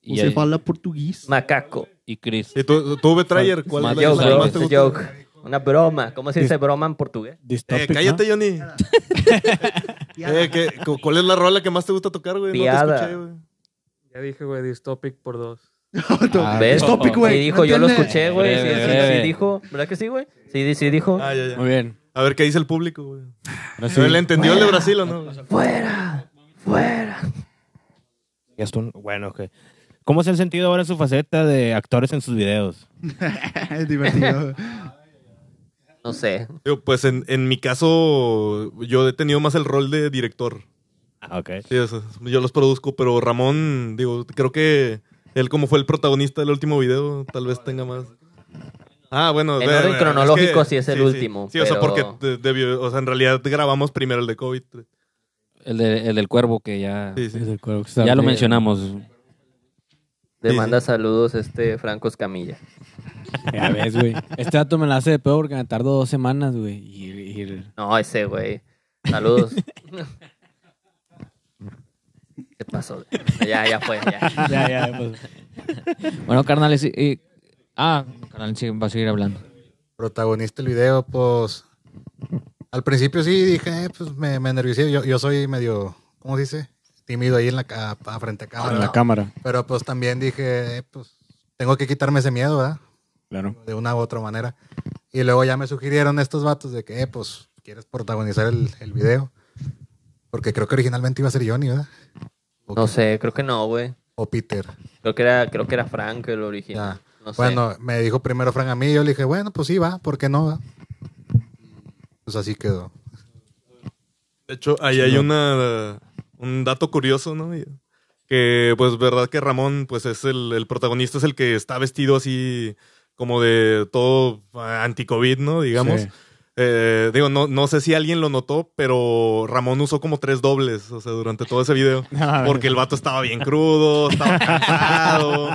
Speaker 2: Y,
Speaker 5: Você
Speaker 2: ahí-
Speaker 5: fala portugués?
Speaker 4: Macaco.
Speaker 2: y Chris.
Speaker 3: ¿Y tú, tú Betrayer, pues, cuál es
Speaker 2: Smart
Speaker 3: la que
Speaker 4: Joke, bro,
Speaker 3: más
Speaker 4: it's
Speaker 3: te
Speaker 4: a
Speaker 3: gusta?
Speaker 4: joke. Una broma. ¿Cómo se dice broma en portugués?
Speaker 3: Eh,
Speaker 1: Dystopic.
Speaker 3: cállate,
Speaker 1: ¿no?
Speaker 3: Johnny. Eh, ¿qué- cu- ¿Cuál es la rola que más te gusta tocar, güey? No te
Speaker 4: Piada.
Speaker 3: escuché, güey.
Speaker 8: Ya dije, güey, Dystopic por dos.
Speaker 1: Ah,
Speaker 4: ¿Ves?
Speaker 5: Dystopic, güey.
Speaker 4: Sí dijo, yo lo
Speaker 5: ¿Entiendes?
Speaker 4: escuché, güey. Sí,
Speaker 2: Breve,
Speaker 4: sí,
Speaker 2: breve.
Speaker 4: sí dijo. ¿Verdad que sí, güey? Sí, sí dijo.
Speaker 3: Ah, ya, ya.
Speaker 1: Muy bien.
Speaker 3: A ver qué dice el público, güey.
Speaker 4: Ah,
Speaker 1: Ahora sí.
Speaker 3: ¿Le entendió el de Brasil o no?
Speaker 4: Fuera, fuera.
Speaker 6: Y hasta un- Bueno, ok. ¿Cómo es el sentido ahora en su faceta de actores en sus videos?
Speaker 5: es divertido.
Speaker 4: No sé.
Speaker 3: Digo, Pues en, en mi caso, yo he tenido más el rol de director.
Speaker 6: Ah, ok.
Speaker 3: Sí, eso, yo los produzco, pero Ramón, digo, creo que Él como fue el protagonista del último video, tal vez tenga más. Ah, bueno.
Speaker 4: En
Speaker 3: ve-
Speaker 4: orden
Speaker 3: ve-
Speaker 4: cronológico sí es el último,
Speaker 3: Sí, o sea,
Speaker 4: pero-
Speaker 3: porque de- debió- o sea, en realidad grabamos primero el de COVID.
Speaker 2: El, de- el del cuervo que ya,
Speaker 3: Sí, sí.
Speaker 1: Es el cuervo que está
Speaker 2: ya lo
Speaker 1: arriba.
Speaker 2: mencionamos.
Speaker 4: Le
Speaker 3: Sí, sí.
Speaker 4: manda saludos este Franco Escamilla.
Speaker 1: Ya ves, güey. Este dato me la hace de pedo porque me tardó dos semanas, güey. Y, y-
Speaker 4: No, ese güey. Saludos. ¿Qué pasó? Ya, ya fue, ya.
Speaker 1: Ya, ya, pues.
Speaker 9: Bueno, carnales, y- y- ah, carnal, sí, va a seguir hablando.
Speaker 7: protagonista del video, pues. Al principio sí dije, eh, pues me, me nerviosé. Yo, yo soy medio, ¿cómo se dice? Tímido ahí en la, ca- a- frente a cámara.
Speaker 1: En la cámara,
Speaker 7: Pero pues también dije, eh, pues tengo que quitarme ese miedo, ¿verdad?
Speaker 1: claro.
Speaker 7: De una u otra manera. Y luego ya me sugirieron estos vatos de que, eh, pues, quieres protagonizar el, el video. Porque creo que originalmente iba a ser Johnny, ¿verdad? O,
Speaker 4: No sé, creo que no, güey.
Speaker 7: o Peter.
Speaker 4: Creo que era, creo que era Franco el original.
Speaker 7: Ya.
Speaker 4: No sé.
Speaker 7: Bueno, me dijo primero Frank a mí, yo le dije, bueno, pues sí, va, ¿por qué no? va? Pues así quedó.
Speaker 3: De hecho, ahí hay una, un dato curioso, ¿no? Y- Que, pues, verdad que Ramón, pues, es el, el protagonista, es el que está vestido así como de todo ah, anti-COVID, ¿no? Digamos.
Speaker 1: Sí.
Speaker 3: Eh, digo, no, no sé si alguien lo notó, pero Ramón usó como tres dobles, o sea, durante todo ese video.
Speaker 1: Ah,
Speaker 3: Porque el vato estaba bien crudo, estaba cansado,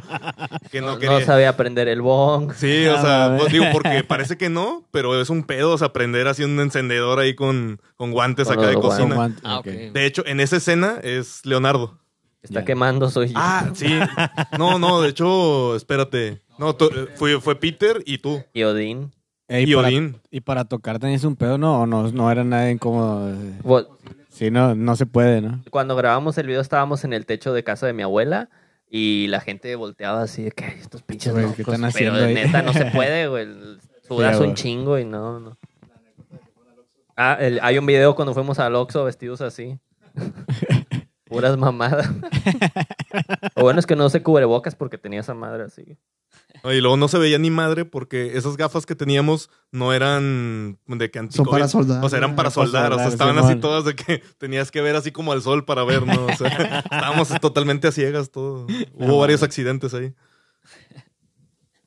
Speaker 3: que no,
Speaker 4: no,
Speaker 3: quería...
Speaker 4: sabía aprender el bong.
Speaker 3: Sí, o sea, pues, digo, porque parece que no, pero es un pedo, o sea, aprender así un encendedor ahí con, con guantes
Speaker 4: Con
Speaker 3: acá de
Speaker 4: los guantes.
Speaker 1: Con
Speaker 3: cocina.
Speaker 1: guante,
Speaker 9: Ah,
Speaker 1: ok.
Speaker 9: ok.
Speaker 3: De hecho, en esa escena es Leonardo.
Speaker 4: Está
Speaker 1: Ya.
Speaker 4: quemando, soy yo.
Speaker 3: Ah, sí. No, no, de hecho, espérate. No, tú- eh, fue, fue Peter y tú.
Speaker 4: Y Odín.
Speaker 1: Ey,
Speaker 3: Y
Speaker 1: para,
Speaker 3: Odín.
Speaker 1: y para tocar tenías un pedo, ¿no? ¿O no, no era nada incómodo?
Speaker 4: Bo-
Speaker 1: Sí, no, no se puede, ¿no?
Speaker 4: Cuando grabamos el video estábamos en el techo de casa de mi abuela y la gente volteaba así de que "Ay, estos pinches
Speaker 1: Güey,
Speaker 4: locos",
Speaker 1: ¿qué están
Speaker 4: pero
Speaker 1: haciendo
Speaker 4: de
Speaker 1: ahí?
Speaker 4: neta no se puede, güey. Sudas
Speaker 1: Sí,
Speaker 4: un
Speaker 1: güey.
Speaker 4: chingo y no, no. Ah, el- hay un video cuando fuimos al Oxxo vestidos así. Puras mamadas. Lo bueno es que no se cubrebocas porque tenía esa madre así.
Speaker 3: No, Y luego no se veía ni madre porque esas gafas que teníamos no eran de que anticovid.
Speaker 5: para soldar.
Speaker 3: O sea, eran para soldar. O sea,
Speaker 1: soldar,
Speaker 3: estaban
Speaker 1: Simón.
Speaker 3: así todas de que tenías que ver así como al sol para ver, ¿no? O sea, estábamos totalmente a ciegas todo. Hubo varios accidentes ahí.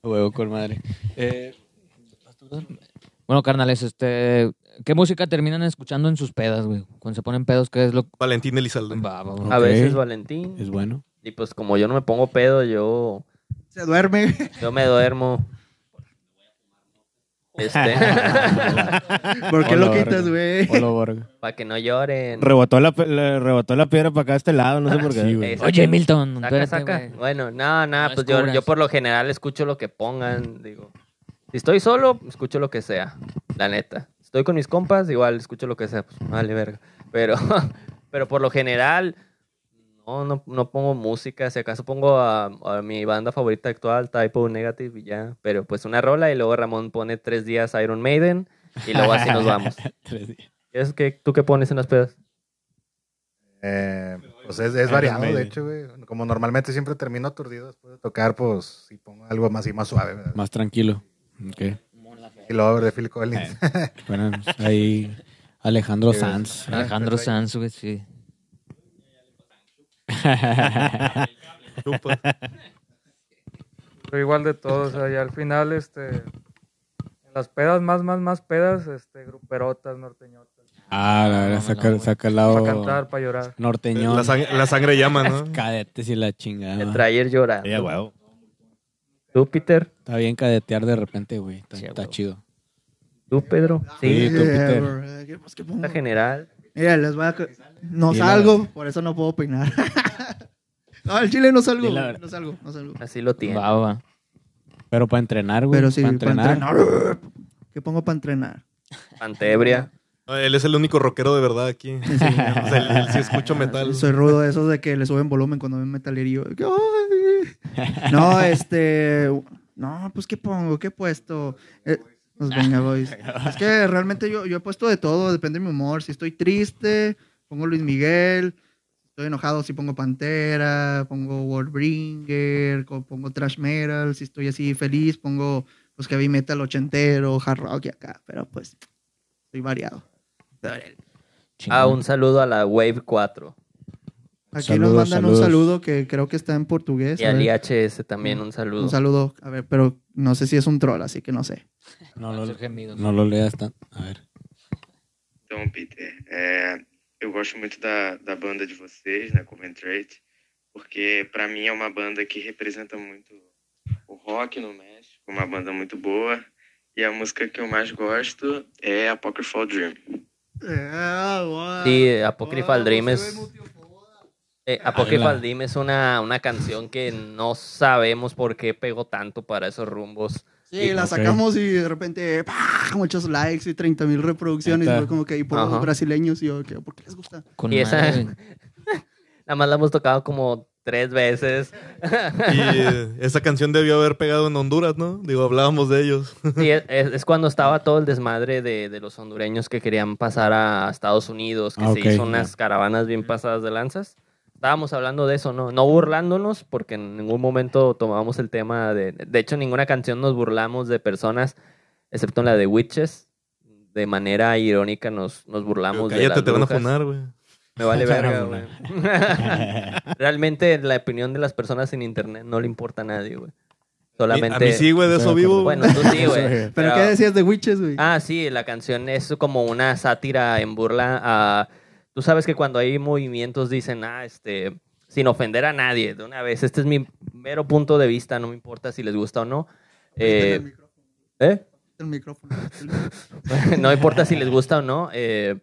Speaker 1: Huevo con madre. Eh,
Speaker 9: Bueno, carnales, este, ¿qué música terminan escuchando en sus pedas, güey? Cuando se ponen pedos, ¿qué es lo que
Speaker 3: Valentín Elizalde.
Speaker 9: va, va, va?
Speaker 4: A
Speaker 1: Ok.
Speaker 4: veces Valentín.
Speaker 1: es bueno.
Speaker 4: Y pues como yo no me pongo pedo, yo,
Speaker 5: Se duerme.
Speaker 4: yo me duermo. Este,
Speaker 5: ¿Por qué
Speaker 1: Hola,
Speaker 5: lo quitas,
Speaker 1: verga.
Speaker 5: güey?
Speaker 1: Hola, Borg.
Speaker 4: para que no lloren.
Speaker 6: Rebotó la, pe- le rebotó la piedra para acá a este lado, no sé por qué.
Speaker 1: Sí, güey.
Speaker 4: Esa-
Speaker 9: Oye, Milton,
Speaker 4: Saca,
Speaker 9: espérate,
Speaker 4: saca.
Speaker 9: güey.
Speaker 4: Bueno, nada, nada,
Speaker 9: No
Speaker 4: pues yo,
Speaker 9: descubras.
Speaker 4: yo por lo general escucho lo que pongan, digo. Si estoy solo, escucho lo que sea, la neta. Si estoy con mis compas, igual escucho lo que sea, pues vale verga. Pero, pero por lo general, no, no, no pongo música, si acaso pongo a, a mi banda favorita actual, Typo Negative y ya. Pero pues una rola y luego Ramón pone tres días Iron Maiden y luego así nos vamos.
Speaker 1: Tres días.
Speaker 4: ¿Es que, ¿Tú qué pones en las pedas?
Speaker 7: Eh, pues es, es
Speaker 3: Iron
Speaker 7: variado, de
Speaker 3: Maiden.
Speaker 7: hecho, güey. Como normalmente siempre termino aturdido después de tocar, pues si pongo algo más y más suave, ¿verdad?
Speaker 1: Más tranquilo. Ok.
Speaker 7: Y luego de Phil Collins.
Speaker 1: Bueno, ahí Alejandro Sanz.
Speaker 9: Alejandro Sanz, güey, sí.
Speaker 3: Chupa.
Speaker 8: Pero igual de todos, o sea, ya al final, este, en las pedas más, más, más pedas, este, gruperotas, norteñotas,
Speaker 1: Ah, la verdad, saca, saca el
Speaker 2: Oh.
Speaker 1: lado
Speaker 8: para cantar, para llorar.
Speaker 1: norteñón.
Speaker 3: Eh, La, sang- la sangre llama, ¿no?
Speaker 1: Cadetes y la
Speaker 4: El
Speaker 1: chingada.
Speaker 4: Trayer llora.
Speaker 6: Sí, a huevo.
Speaker 4: ¿Tú, Peter?
Speaker 1: Está bien cadetear de repente, güey. Está,
Speaker 9: Sí,
Speaker 1: está
Speaker 9: güey.
Speaker 1: chido.
Speaker 4: ¿Tú, Pedro?
Speaker 1: Sí, tú, Peter.
Speaker 5: bro. ¿Qué- pues, qué pongo?
Speaker 4: La general.
Speaker 5: Mira, les voy a... No
Speaker 1: Di la
Speaker 5: salgo, por eso no puedo opinar. no, el chile no salgo,
Speaker 1: Di la
Speaker 5: güey,
Speaker 1: verdad.
Speaker 5: no salgo, no salgo.
Speaker 4: Así lo tiene.
Speaker 9: Va, va.
Speaker 1: Pero para entrenar, güey.
Speaker 5: Pero sí,
Speaker 1: para
Speaker 5: para
Speaker 1: entrenar.
Speaker 5: entrenar. ¿Qué pongo para entrenar?
Speaker 4: Pantebria.
Speaker 3: Él es el único rockero de verdad aquí.
Speaker 5: Sí, Ah, sí.
Speaker 3: O sea, él, él sí escucha metal.
Speaker 5: Soy rudo de esos de que le suben volumen cuando ven metalerío. Ay. No, este. No, pues qué pongo, qué he puesto. Eh, los Venga Boys. Es que realmente yo, yo he puesto de todo, depende de mi humor. Si estoy triste, pongo Luis Miguel. Si estoy enojado, si pongo Pantera, pongo Warbringer, co- pongo Trash Metal. Si estoy así feliz, pongo pues heavy metal ochentero, hard rock y acá. Pero pues, soy variado.
Speaker 9: Chingón.
Speaker 4: Ah, un saludo a la Wave 4.
Speaker 5: Aquí
Speaker 1: Saludos,
Speaker 5: nos mandan
Speaker 1: saludos.
Speaker 5: un saludo que creo que está en portugués.
Speaker 4: Y
Speaker 5: a
Speaker 4: al
Speaker 5: ver,
Speaker 4: IHS también un saludo.
Speaker 5: un saludo, a ver, pero no sé si es un troll, así que no sé.
Speaker 1: No lo,
Speaker 9: Hacer gemidos.
Speaker 1: no lo leas tan. A ver.
Speaker 10: Então, Peter, é, eu gosto muito da, da banda de vocês, né, Coventry, porque para mim é uma banda que representa muito o rock no México, uma banda muito boa, e a música que eu mais gosto é Apocryphal Dream.
Speaker 4: Sí, Apocryphal Dream es. eh,
Speaker 9: Ah,
Speaker 4: Apocryphal Dream es una, una canción que no sabemos por qué pegó tanto para esos rumbos.
Speaker 5: Sí,
Speaker 4: Y-
Speaker 5: la
Speaker 1: ok.
Speaker 5: sacamos y de repente ¡pah! muchos likes y 30 mil reproducciones. Y
Speaker 1: Neta.
Speaker 5: fue como que y por
Speaker 4: Ajá.
Speaker 5: los brasileños. Y yo, ¿qué? ¿por qué les gusta?
Speaker 9: Con
Speaker 4: Y esa-
Speaker 9: madre, güey.
Speaker 4: Nada más la hemos tocado como tres veces.
Speaker 3: Y eh, esa canción debió haber pegado en Honduras, ¿no? Digo, hablábamos de ellos.
Speaker 4: Sí, es, es- es cuando estaba todo el desmadre de, de los hondureños que querían pasar a Estados Unidos, que
Speaker 1: Ah, ok,
Speaker 4: se hizo
Speaker 1: ya.
Speaker 4: unas caravanas bien pasadas de lanzas. Estábamos hablando de eso, ¿no? No burlándonos, porque en ningún momento tomábamos el tema de... De hecho, en ninguna canción nos burlamos de personas, excepto en la de Witches. De manera irónica nos, nos burlamos de
Speaker 3: Cállate,
Speaker 4: las
Speaker 3: te van a
Speaker 4: brujas.
Speaker 3: funar, güey.
Speaker 4: Me vale
Speaker 1: Te van a
Speaker 4: verga, güey. Realmente la opinión de las personas en internet no le importa a nadie, güey. Solamente...
Speaker 3: A mí sí, güey, de
Speaker 1: Estoy
Speaker 3: eso
Speaker 1: de
Speaker 3: vivo.
Speaker 4: Bueno, tú sí, güey.
Speaker 5: ¿Pero qué decías de Witches, güey?
Speaker 4: Ah, sí, la canción es como una sátira en burla a... Tú sabes que cuando hay movimientos dicen, ah, este, sin ofender a nadie, de una vez, este es mi mero punto de vista, no me importa si les gusta o no.
Speaker 5: Préstale el
Speaker 4: Eh,
Speaker 5: micrófono,
Speaker 4: ¿eh?
Speaker 5: préstale el micrófono.
Speaker 4: no importa si les gusta o no. eh,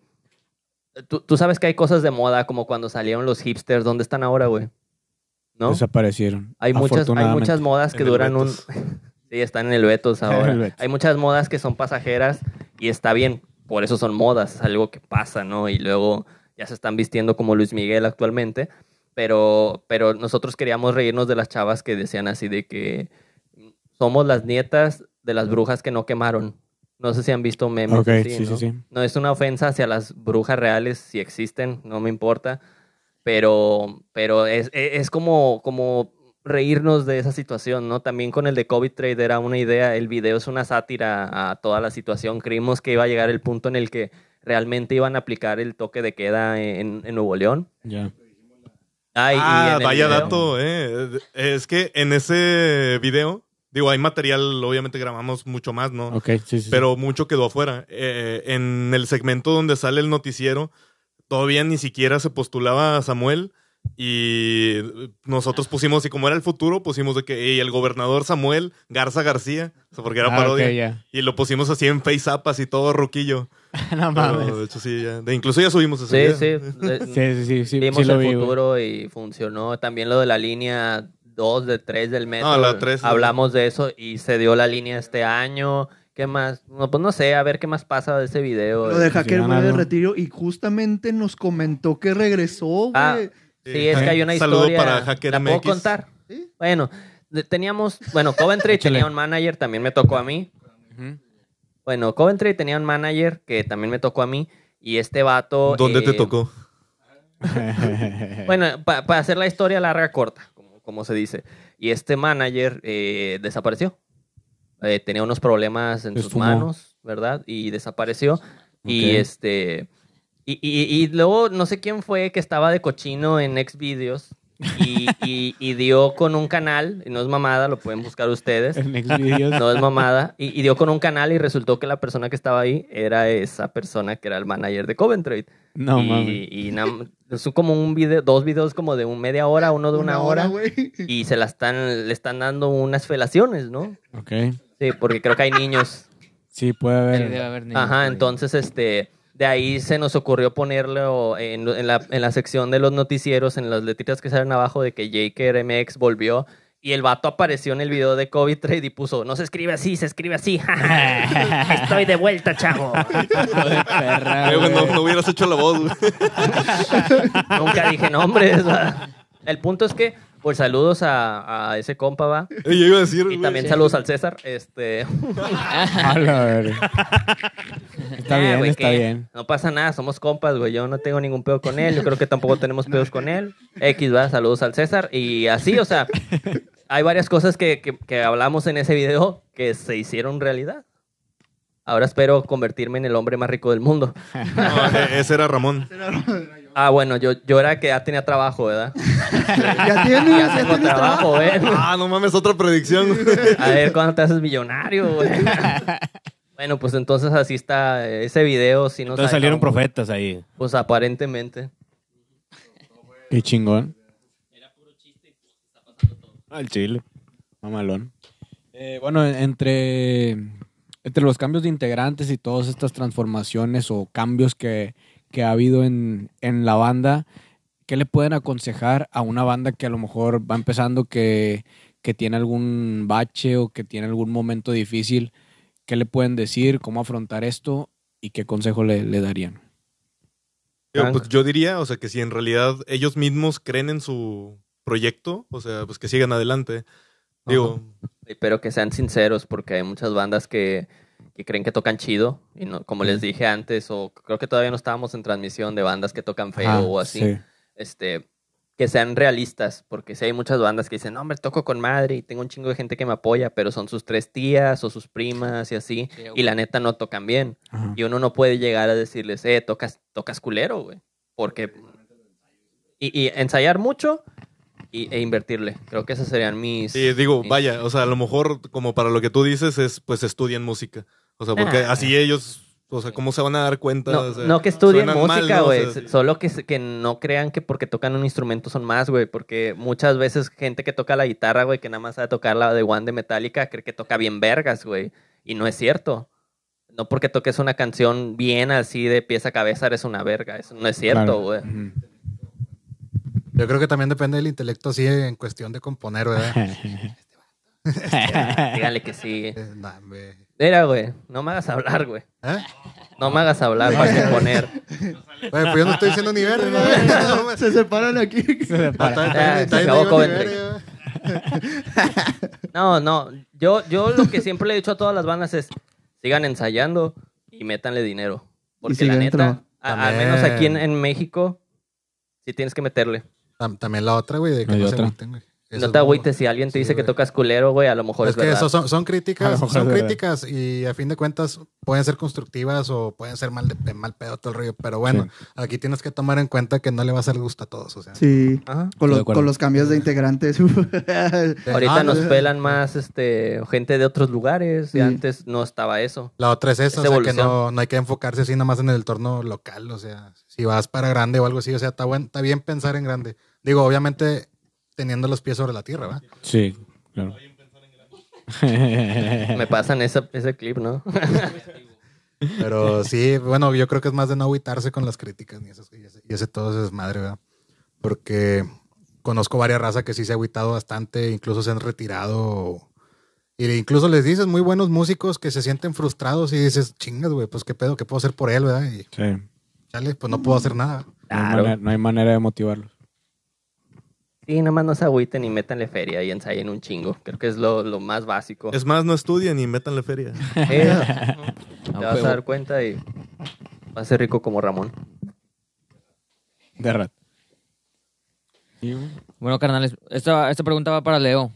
Speaker 4: tú, tú sabes que hay cosas de moda, como cuando salieron los hipsters, ¿dónde están ahora, güey? ¿No?
Speaker 1: Desaparecieron.
Speaker 4: Hay muchas, hay
Speaker 1: Afortunadamente.
Speaker 4: muchas modas que
Speaker 3: En el
Speaker 4: duran un...
Speaker 3: Betos.
Speaker 4: sí, están en el Betos ahora.
Speaker 1: el Betos.
Speaker 4: Hay muchas modas que son pasajeras y está bien. Por eso son modas, es algo que pasa, ¿no? Y luego ya se están vistiendo como Luis Miguel actualmente. Pero, pero nosotros queríamos reírnos de las chavas que decían así de que somos las nietas de las brujas que no quemaron. No sé si han visto memes.
Speaker 1: Ok,
Speaker 4: así,
Speaker 1: sí, sí,
Speaker 4: ¿no?
Speaker 1: sí.
Speaker 4: No es una ofensa hacia las brujas reales, si existen, no me importa. Pero, pero es, e- es como, como reírnos de esa situación, ¿no? También con el de COVID Trade era una idea, el video es una sátira a toda la situación. Creímos que iba a llegar el punto en el que realmente iban a aplicar el toque de queda en, en Nuevo León.
Speaker 1: Ya.
Speaker 4: Ah, y- y en
Speaker 3: Ah,
Speaker 4: el
Speaker 3: vaya
Speaker 4: video-
Speaker 3: dato, eh. Es que en ese video, digo, hay material, obviamente grabamos mucho más, ¿no?
Speaker 1: Ok, sí, sí.
Speaker 3: Pero mucho quedó afuera. Eh, en el segmento donde sale el noticiero, todavía ni siquiera se postulaba a Samuel. Y
Speaker 1: Ah.
Speaker 3: nosotros pusimos, y como era el futuro, pusimos de que "Ey, el gobernador Samuel Garza García, o sea, porque era
Speaker 1: Ah, ok,
Speaker 3: parodia.
Speaker 1: ya.
Speaker 3: Y lo pusimos así en face up, así todo roquillo.
Speaker 1: no mames.
Speaker 3: de hecho, sí, ya. De, incluso ya subimos ese
Speaker 4: Sí,
Speaker 3: video.
Speaker 4: sí.
Speaker 1: Sí, sí, sí. sí,
Speaker 4: Vimos
Speaker 1: sí lo
Speaker 4: el
Speaker 1: vi, güey.
Speaker 4: futuro y funcionó. También lo de la línea 2 de 3 del metro.
Speaker 3: Ah, la tres.
Speaker 4: Hablamos de eso y se dio la línea este año. ¿Qué más? No, pues no sé, a ver qué más pasa de ese video.
Speaker 5: Lo de Hacker
Speaker 1: Funcionan
Speaker 5: güey de
Speaker 1: algo.
Speaker 5: retiro y justamente nos comentó que regresó,
Speaker 4: Ah,
Speaker 5: güey.
Speaker 4: Sí, es que hay una
Speaker 3: Saludo
Speaker 4: historia.
Speaker 3: para Hacker
Speaker 4: ¿La puedo
Speaker 3: MX.
Speaker 4: contar? Bueno, de- teníamos, bueno, Coventry tenía un manager, también me tocó a mí.
Speaker 1: Ujú.
Speaker 4: Bueno, Coventry tenía un manager que también me tocó a mí y este vato...
Speaker 3: ¿Dónde te
Speaker 4: eh,
Speaker 3: tocó?
Speaker 1: Eh.
Speaker 4: Bueno, para hacer la historia larga corta, como, como se dice. Y este manager eh, desapareció. Eh, tenía unos problemas en
Speaker 1: Se
Speaker 4: sus
Speaker 1: esfumó.
Speaker 4: manos, ¿verdad? Y desapareció. Y
Speaker 1: Ok.
Speaker 4: este. Y, y- y luego no sé quién fue que estaba de cochino en Xvideos y, y, y dio con un canal, y no es mamada, lo pueden buscar ustedes.
Speaker 1: En Xvideos.
Speaker 4: No es mamada. Y, y dio con un canal y resultó que la persona que estaba ahí era esa persona que era el manager de Coventry
Speaker 1: No
Speaker 4: y,
Speaker 1: mames.
Speaker 4: y nam- son como un video, dos videos como de un media hora, uno de una, hora,
Speaker 5: güey.
Speaker 4: y se la están, le están dando unas felaciones, ¿no?
Speaker 1: Ok.
Speaker 4: Sí, porque creo que hay niños.
Speaker 1: Sí, puede
Speaker 9: Sí,
Speaker 1: haber.
Speaker 9: debe haber niños por
Speaker 4: Ajá,
Speaker 9: ahí.
Speaker 4: entonces este de ahí se nos ocurrió ponerlo en, en la, en la sección de los noticieros, en las letritas que salen abajo de que Jaker MX volvió. Y el vato apareció en el video de COVID Trade y puso, no se escribe así, se escribe así. Estoy de vuelta, chavo.
Speaker 9: Hijo de
Speaker 1: ah.
Speaker 9: perra,
Speaker 3: Eh, güey,
Speaker 9: güey.
Speaker 3: no, no hubieras hecho la voz, güey.
Speaker 4: Nunca dije nombres. va. El punto es que, pues saludos a, a ese compa, va.
Speaker 3: Eh, Yo iba a decir.
Speaker 4: Y
Speaker 3: güey.
Speaker 4: también saludos al César. Este.
Speaker 1: A la verga. Está
Speaker 4: Ah,
Speaker 1: bien,
Speaker 4: güey,
Speaker 1: está
Speaker 4: que
Speaker 1: bien.
Speaker 4: No pasa nada, somos compas, güey. Yo no tengo ningún pedo con él. Yo creo que tampoco tenemos pedos con él. X, va, saludos al César. Y así, o sea, hay varias cosas que, que- que hablamos en ese video que se hicieron realidad. Ahora espero convertirme en el hombre más rico del mundo.
Speaker 3: No, eh, ese era e-, Ramón.
Speaker 4: Ah, bueno, yo, yo era que ya tenía trabajo, ¿verdad?
Speaker 5: Ya tienes,
Speaker 4: ya tengo trabajo, ¿eh?
Speaker 3: Ah, no mames, otra predicción.
Speaker 4: A ver cuándo te haces millonario, güey. Bueno, pues entonces así está eh, ese video. Si no
Speaker 6: Entonces
Speaker 4: sabe
Speaker 6: salieron
Speaker 4: cómo,
Speaker 6: profetas ahí.
Speaker 4: Pues aparentemente.
Speaker 1: Qué chingón. Ah,
Speaker 6: Al chile.
Speaker 1: Mamalón. Eh, bueno, entre, entre los cambios de integrantes y todas estas transformaciones o cambios que, que ha habido en, en la banda, ¿qué le pueden aconsejar a una banda que a lo mejor va empezando, que, que tiene algún bache o que tiene algún momento difícil? ¿Qué le pueden decir? ¿Cómo afrontar esto? ¿Y qué consejo le, le darían?
Speaker 3: Yo,
Speaker 4: Ah.
Speaker 3: pues yo diría, o sea, que si en realidad ellos mismos creen en su proyecto, o sea, pues que sigan adelante. Digo,
Speaker 4: Sí, Pero que sean sinceros, porque hay muchas bandas que, que creen que tocan chido. Y no, como les dije antes, o creo que todavía no estábamos en transmisión de bandas que tocan feo
Speaker 1: Ah,
Speaker 4: o así.
Speaker 1: sí.
Speaker 4: Este, que sean realistas, porque si hay muchas bandas que dicen, no, hombre, toco con madre y tengo un chingo de gente que me apoya, pero son sus tres tías o sus primas y así. Y la neta no tocan bien.
Speaker 1: Ajá.
Speaker 4: Y uno no puede llegar a decirles, eh, tocas, tocas culero, güey. Porque. Y, y ensayar mucho y, e invertirle. Creo que esas serían mis.
Speaker 3: sí, digo,
Speaker 4: mis-
Speaker 3: vaya, o sea, a lo mejor como para lo que tú dices es, pues estudien música. O sea, porque
Speaker 4: Ah.
Speaker 3: así ellos, o sea, ¿cómo se van a dar cuenta?
Speaker 4: No,
Speaker 3: O sea,
Speaker 4: no que estudien
Speaker 3: suenan mal,
Speaker 4: música,
Speaker 3: ¿no? O
Speaker 4: güey.
Speaker 3: sea,
Speaker 4: s- Solo que, se- que no crean que porque tocan un instrumento son más, güey. Porque muchas veces gente que toca la guitarra, güey, que nada más sabe tocar la de One de Metallica, cree que toca bien vergas, güey. Y no es cierto. No porque toques una canción bien así de pieza a cabeza eres una verga. Eso no es cierto,
Speaker 1: Claro.
Speaker 4: güey.
Speaker 1: Ujú.
Speaker 7: Yo creo que también depende del intelecto, sí, en cuestión de componer, ¿verdad?
Speaker 4: Díganle que sí.
Speaker 7: Eh, nah, hombre.
Speaker 4: Mira, güey, no me hagas hablar, güey.
Speaker 7: ¿Eh?
Speaker 4: No me hagas hablar para componer.
Speaker 7: Güey, pues yo no estoy diciendo ni verga, güey. No, mames.
Speaker 5: Se separan aquí.
Speaker 7: Ah, también-
Speaker 4: Ah,
Speaker 7: también-
Speaker 4: se
Speaker 7: también
Speaker 4: acabó
Speaker 7: no digo ni
Speaker 4: Coventry.
Speaker 7: verga, güey.
Speaker 4: No, no. Yo, yo lo que siempre le he dicho a todas las bandas es sigan ensayando y métanle dinero. Porque la
Speaker 5: sigan
Speaker 4: neta,
Speaker 5: trabajando.
Speaker 4: a- al menos aquí en,
Speaker 7: También.
Speaker 4: en México, sí tienes que meterle.
Speaker 7: Tam- También la otra, güey, de que
Speaker 1: Hay
Speaker 7: no se
Speaker 1: otra.
Speaker 7: agüiten, güey. Eso
Speaker 4: no te
Speaker 7: es lo-
Speaker 4: agüites si alguien te
Speaker 7: Sí,
Speaker 4: dice que
Speaker 7: güey.
Speaker 4: tocas culero, güey, a lo mejor es,
Speaker 7: Es que
Speaker 4: verdad.
Speaker 7: eso son, son
Speaker 1: A lo
Speaker 7: críticas,
Speaker 1: mejor
Speaker 7: son
Speaker 1: es verdad.
Speaker 7: críticas y a fin de cuentas pueden ser constructivas o pueden ser mal, de, mal pedo todo el rollo, pero bueno, aquí tienes que tomar en cuenta que no le va a hacer gusto a todos, o sea.
Speaker 5: Sí.
Speaker 4: Ajá.
Speaker 5: Con,
Speaker 1: de
Speaker 5: los-
Speaker 1: acuerdo.
Speaker 5: con los cambios de integrantes.
Speaker 4: Ahorita
Speaker 7: Ah,
Speaker 4: nos
Speaker 7: no,
Speaker 4: pelan más este gente de otros lugares y
Speaker 5: Sí.
Speaker 4: antes no estaba eso.
Speaker 7: La otra es
Speaker 4: Esa
Speaker 7: esa, o sea, que
Speaker 4: evolución.
Speaker 7: no, no hay que enfocarse así nomás en el entorno local, o sea, si vas para grande o algo así, o sea, está, buen, está bien pensar en grande. Digo, obviamente teniendo los pies sobre la tierra, ¿va?
Speaker 1: Sí, claro.
Speaker 4: Me pasan ese, ese clip, ¿no?
Speaker 7: Pero sí, bueno, yo creo que es más de no agüitarse con las críticas ni esas- y, ese, y ese todo ese desmadre, ¿verdad? Porque conozco varias razas que sí se ha agüitado bastante, incluso se han retirado. Y le- incluso les dices muy buenos músicos que se sienten frustrados y dices, chingas, güey, pues qué pedo, qué puedo hacer por él, ¿verdad? Y
Speaker 1: Sí. No
Speaker 7: chale, pues no puedo hacer nada.
Speaker 1: hay manera- no hay manera de motivarlos.
Speaker 4: Sí, nada más no se agüiten y métanle feria y ensayen un chingo. Creo que es lo, lo más básico.
Speaker 3: Es más, no estudien y métanle feria.
Speaker 4: Eh, te vas a dar cuenta y vas a ser rico como Ramón.
Speaker 1: De rat.
Speaker 9: Bueno, carnales, esta, esta pregunta va para Leo.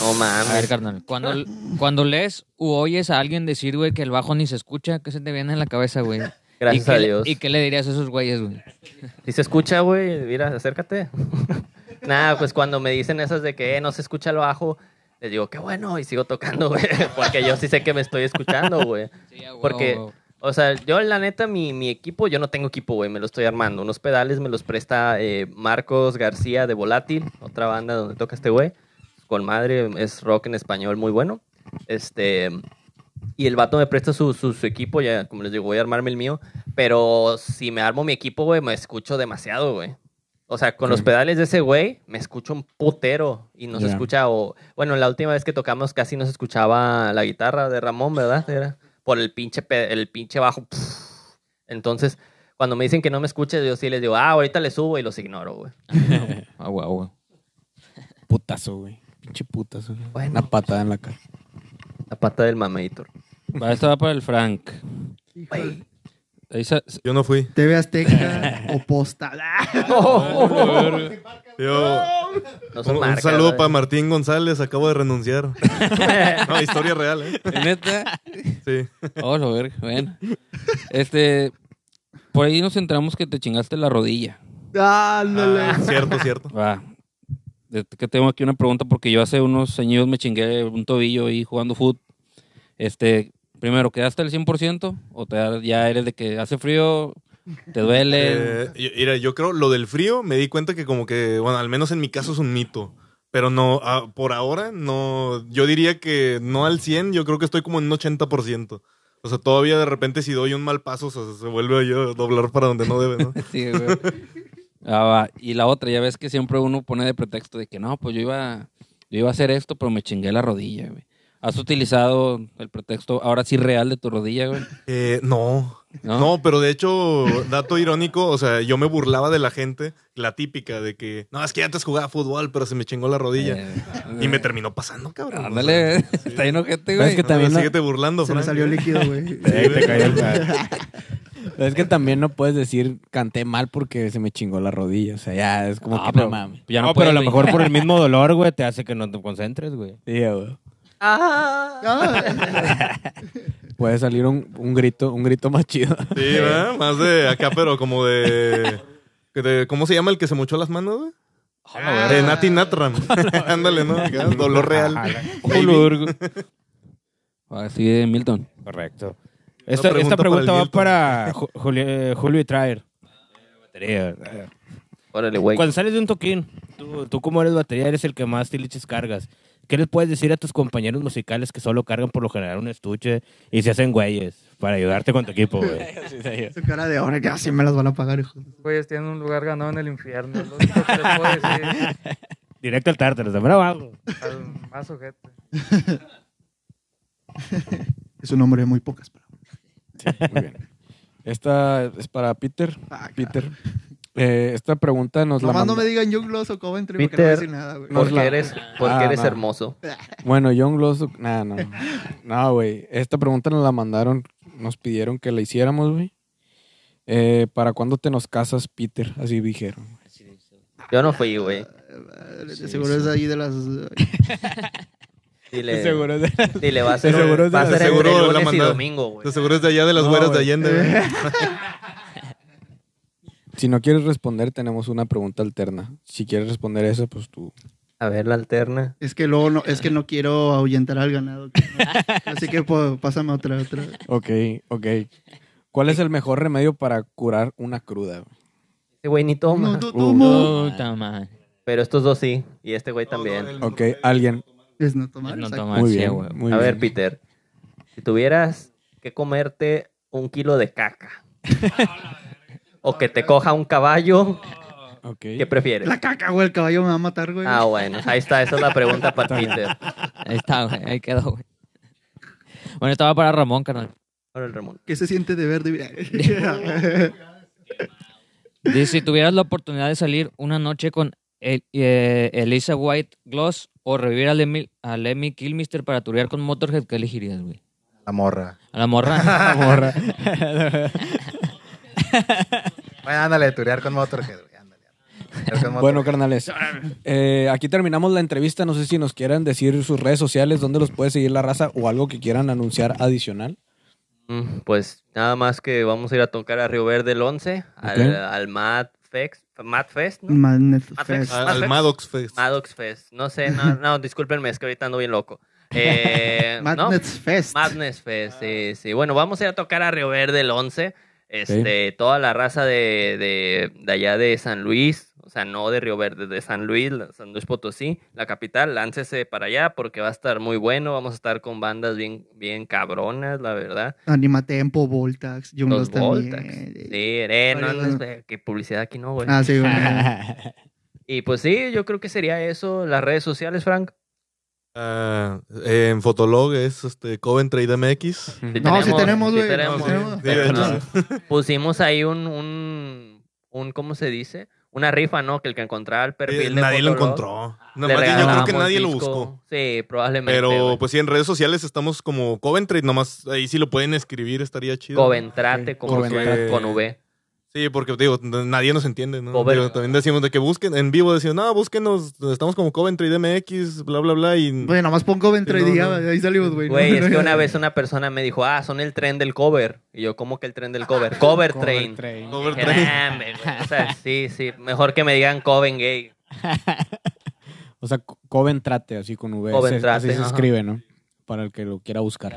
Speaker 4: No
Speaker 9: A ver,
Speaker 4: mames.
Speaker 9: carnal, cuando, cuando lees u oyes a alguien decir, güey, que el bajo ni se escucha, ¿qué se te viene en la cabeza, güey?
Speaker 4: Gracias
Speaker 9: ¿Y qué-
Speaker 4: a Dios.
Speaker 9: ¿Y qué le dirías a esos güeyes, güey?
Speaker 4: Si se escucha, güey, mira, acércate. Nada, pues cuando me dicen esas de que eh, no se escucha el bajo, les digo, qué bueno, y sigo tocando, güey. Porque yo sí sé que me estoy escuchando, güey. Porque, o sea, yo la neta, mi, mi equipo, yo no tengo equipo, güey, me lo estoy armando. Unos pedales me los presta eh, Marcos García de Volátil, otra banda donde toca este güey. Con madre, es rock en español muy bueno. Este, y el vato me presta su, su, su equipo, ya como les digo, voy a armarme el mío. Pero si me armo mi equipo, güey, me escucho demasiado, güey. O sea, con los pedales de ese güey, me escucho un putero y no se
Speaker 1: Ya.
Speaker 4: escucha. O, bueno, la última vez que tocamos casi no se escuchaba la guitarra de Ramón, ¿verdad? Era por el pinche, pe- el pinche bajo. Entonces, cuando me dicen que no me escuches, yo sí les digo, ah, ahorita le subo y los ignoro, güey.
Speaker 9: Ah, güey, güey.
Speaker 1: Putazo, güey. Pinche putazo. güey.
Speaker 4: Bueno.
Speaker 1: Una patada en la cara.
Speaker 4: La pata del mameitor.
Speaker 2: Va, esta va para el Frank. Ahí sa-
Speaker 3: Yo no fui.
Speaker 5: TV Azteca o Posta.
Speaker 3: Yo,
Speaker 4: No son
Speaker 3: un, un
Speaker 4: marcas,
Speaker 3: saludo
Speaker 4: ¿verdad?
Speaker 3: para Martín González, acabo de renunciar. no, historia real, ¿eh?
Speaker 2: ¿Neta?
Speaker 3: Sí.
Speaker 2: Oh, lo verga. Bueno. Este. Por ahí nos entramos que te chingaste la rodilla.
Speaker 5: Ándale.
Speaker 3: Ah, cierto, cierto.
Speaker 2: Va. Es Que tengo aquí una pregunta porque yo hace unos años me chingué un tobillo ahí jugando fútbol. Este, primero, ¿quedaste al 100% o te da- ya eres de que hace frío, te duele?
Speaker 3: Eh, yo- mira, yo creo lo del frío me di cuenta que como que, bueno, al menos en mi caso es un mito. Pero no, ah, por ahora no, yo diría que no al 100, yo creo que estoy como en un 80%. O sea, todavía de repente si doy un mal paso, o sea, se vuelve yo a doblar para donde no debe, ¿no?
Speaker 2: Sí, güey. Ah, va. Y la otra, ya ves que siempre uno pone de pretexto de que no, pues yo iba, yo iba a hacer esto, pero me chingué la rodilla, güey. ¿Has utilizado el pretexto ahora sí real de tu rodilla, güey?
Speaker 3: Eh, no.
Speaker 2: ¿No?
Speaker 3: ¿No? pero de hecho, dato irónico, o sea, yo me burlaba de la gente, la típica de que, no, es que antes jugaba fútbol, pero se me chingó la rodilla.
Speaker 2: Eh,
Speaker 3: y me terminó pasando, cabrón.
Speaker 2: Ándale,
Speaker 3: O sea, sí.
Speaker 2: está lleno gente,
Speaker 1: Pero es
Speaker 2: güey.
Speaker 1: que también
Speaker 3: Ándale,
Speaker 1: no-
Speaker 3: síguete burlando,
Speaker 5: Se me
Speaker 3: Frank.
Speaker 4: ¿eh?
Speaker 5: salió líquido, güey.
Speaker 3: Sí,
Speaker 6: Ahí te
Speaker 3: güey.
Speaker 6: cayó el-
Speaker 1: Es que también no puedes decir canté mal porque se me chingó la rodilla. O sea, ya es como
Speaker 2: Ah,
Speaker 1: que
Speaker 2: pero
Speaker 1: no mames.
Speaker 2: ya
Speaker 6: no,
Speaker 2: no
Speaker 6: pero a
Speaker 2: puedes,
Speaker 6: lo
Speaker 2: güey.
Speaker 6: mejor por el mismo dolor, güey, te hace que no te concentres, güey.
Speaker 1: Sí, güey.
Speaker 5: Ah,
Speaker 1: Puede salir un, un grito, un grito más chido.
Speaker 3: Sí, ¿verdad? Más de acá, pero como de, que de- ¿Cómo se llama el que se mochó las manos, güey? De Nati Natram. Ándale, ¿no? Acá, dolor
Speaker 4: Ah,
Speaker 3: real.
Speaker 2: Color, güey. Ahora sí, eh, Milton.
Speaker 6: Correcto. Esta esta pregunta,
Speaker 3: pregunta para el
Speaker 6: va
Speaker 3: Milton.
Speaker 6: para Ju- Julio, eh, Julio y Traer. Batería. eh.
Speaker 4: Órale, güey.
Speaker 6: Cuando sales de un toquín, tú, tú como eres batería, eres el que más tiliches cargas. ¿Qué les puedes decir a tus compañeros musicales que solo cargan por lo general un estuche y se hacen güeyes para ayudarte con tu equipo, güey?
Speaker 5: su cara de ahora que así me las van a pagar, hijo.
Speaker 8: Güeyes tienen un lugar ganado en el infierno. es lo único que les puedo decir
Speaker 6: Directo al tártaro, de abajo.
Speaker 8: al más ojete.
Speaker 5: Es un hombre de muy pocas palabras.
Speaker 11: Muy bien. Esta es para Peter.
Speaker 5: Ah, claro.
Speaker 11: Peter. Eh, esta pregunta nos la
Speaker 5: Nomás no
Speaker 11: mandó-
Speaker 5: me digan Young Gloss o Coventry porque no voy a
Speaker 4: Peter,
Speaker 5: decir nada, güey.
Speaker 11: no-
Speaker 4: Porque
Speaker 11: la-
Speaker 4: eres, porque
Speaker 11: Ah,
Speaker 4: eres
Speaker 11: no.
Speaker 4: hermoso.
Speaker 11: Bueno, John Gloss. Nah, no. No, güey. Esta pregunta nos la mandaron. Nos pidieron que la hiciéramos, güey. Eh, ¿Para cuándo te nos casas, Peter? Así dijeron.
Speaker 4: Yo no fui, güey.
Speaker 5: Eh, de seguro es ahí de las...
Speaker 4: Dile,
Speaker 1: Seguro de-
Speaker 4: dile, va a ser,
Speaker 1: seguro es de
Speaker 4: va a
Speaker 1: la-
Speaker 4: ser
Speaker 3: seguro
Speaker 4: entre
Speaker 3: de la
Speaker 4: lunes y
Speaker 3: mandada.
Speaker 4: domingo, güey.
Speaker 3: De seguro es de allá de las
Speaker 1: No,
Speaker 3: güeras de
Speaker 1: güey.
Speaker 3: Allende, güey.
Speaker 11: Si no quieres responder, tenemos una pregunta alterna. Si quieres responder esa, pues tú.
Speaker 4: A ver la alterna.
Speaker 5: Es que luego no, es que no quiero ahuyentar al ganado. que no- Así que pues, pásame otra, otra.
Speaker 11: Ok, ok. ¿Cuál es el mejor remedio para curar una cruda? güey?
Speaker 4: Este güey ni toma.
Speaker 5: No, no
Speaker 2: Uh.
Speaker 5: tomo.
Speaker 9: Puta madre.
Speaker 4: Pero estos dos sí. Y este güey también.
Speaker 11: Ok, alguien.
Speaker 5: Es no tomar.
Speaker 9: No
Speaker 5: exacto.
Speaker 9: tomar,
Speaker 11: Muy
Speaker 9: sí,
Speaker 11: bien.
Speaker 9: güey.
Speaker 11: muy
Speaker 4: a ver,
Speaker 11: bien.
Speaker 4: Peter. Si tuvieras que comerte un kilo de caca. o que te coja un caballo.
Speaker 11: Ok.
Speaker 4: ¿Qué prefieres?
Speaker 5: La caca, güey, el caballo me va a matar, güey.
Speaker 4: Ah, bueno. Ahí está. Esa es la pregunta para Peter.
Speaker 9: Ahí está, güey. Ahí quedó, güey. Bueno, estaba para Ramón, carnal.
Speaker 4: Ahora el Ramón.
Speaker 5: ¿Qué se siente de verde?
Speaker 9: Dice, si tuvieras la oportunidad de salir una noche con El- eh, Elisa White Gloss o revivir a Lemmy, a Lemmy Kilmister para turear con Motorhead, ¿qué elegirías, güey?
Speaker 7: La morra.
Speaker 9: A la morra.
Speaker 1: Morra.
Speaker 7: Bueno, ándale, turear con Motorhead, güey. Ándale. ándale. Turear con
Speaker 11: Bueno,
Speaker 7: Motorhead.
Speaker 11: carnales,
Speaker 4: Ah.
Speaker 11: eh, aquí terminamos la entrevista. No sé si nos quieran decir sus redes sociales, dónde los puede seguir la raza o algo que quieran anunciar adicional.
Speaker 4: Mm, Pues nada más que vamos a ir a tocar a Río Verde el 11.
Speaker 11: Ok.
Speaker 4: Al, al Mad Fest. Mad Fest, ¿no?
Speaker 5: Magnet
Speaker 4: Mad
Speaker 5: Fest.
Speaker 4: Fest.
Speaker 3: Al al Maddox Fest.
Speaker 4: Maddox Fest. No sé. No, no, discúlpenme. Es que ahorita ando bien loco. Eh, ¿no?
Speaker 5: Magnet Fest.
Speaker 4: Madness Fest, sí, sí. Bueno, vamos a ir a tocar a Río Verde el 11. Este, Toda la raza de, de, de allá de San Luis, o sea, no de Río Verde, de San Luis, la- San Luis Potosí, la capital, láncese para allá porque va a estar muy bueno. Vamos a estar con bandas bien, bien cabronas, la verdad.
Speaker 5: Animatempo, Voltax, Junglos
Speaker 4: Los
Speaker 5: también.
Speaker 4: Voltax. Sí, eh, no,
Speaker 5: Varios-
Speaker 4: no es- que publicidad aquí no, güey.
Speaker 5: Ah, sí, güey.
Speaker 4: Y pues sí, yo creo que sería eso. Las redes sociales, Frank.
Speaker 3: Ah, en Fotolog es este, Coventry DMX.
Speaker 4: Sí
Speaker 5: No, sí tenemos,
Speaker 4: sí
Speaker 5: güey.
Speaker 4: tenemos.
Speaker 5: No, sí tenemos.
Speaker 3: Sí, de hecho,
Speaker 4: No. pusimos ahí un, un, un, ¿cómo se dice? Una rifa, ¿no? Que el que encontraba el
Speaker 3: eh,
Speaker 4: perfil. de
Speaker 3: nadie lo
Speaker 4: Fotolog,
Speaker 3: encontró.
Speaker 4: le
Speaker 3: Nomás yo creo que
Speaker 4: regalábamos
Speaker 3: nadie lo
Speaker 4: disco.
Speaker 3: buscó.
Speaker 4: Sí, probablemente.
Speaker 3: Pero
Speaker 4: Pero,
Speaker 3: pues sí, en redes sociales estamos como Coventry, nomás ahí si lo pueden escribir estaría chido.
Speaker 4: Coventrate, como
Speaker 11: Coventrate.
Speaker 4: suena, con V.
Speaker 3: Sí, porque digo, n- nadie nos entiende, ¿no?
Speaker 4: Cover.
Speaker 3: Digo, también decimos de que busquen, en vivo decimos, no, búsquenos, estamos como Coventry DMX, bla, bla, bla, y...
Speaker 5: Güey, nomás pon Coventry
Speaker 3: No,
Speaker 5: y ya,
Speaker 3: no.
Speaker 5: ahí salimos, güey. ¿no?
Speaker 4: Güey, es que una vez una persona me dijo, ah, son el tren del cover. Y yo, ¿cómo que el tren del cover? Cover train.
Speaker 3: Cover
Speaker 4: Dije,
Speaker 3: train.
Speaker 4: "Nah, hombre, güey". O sea, sí, sí, mejor que me digan Coven Gay.
Speaker 1: O sea, Co- Coventrate, así con V.
Speaker 4: Coventrate,
Speaker 1: así se
Speaker 4: ajá.
Speaker 1: escribe, ¿no? Para el que lo quiera buscar.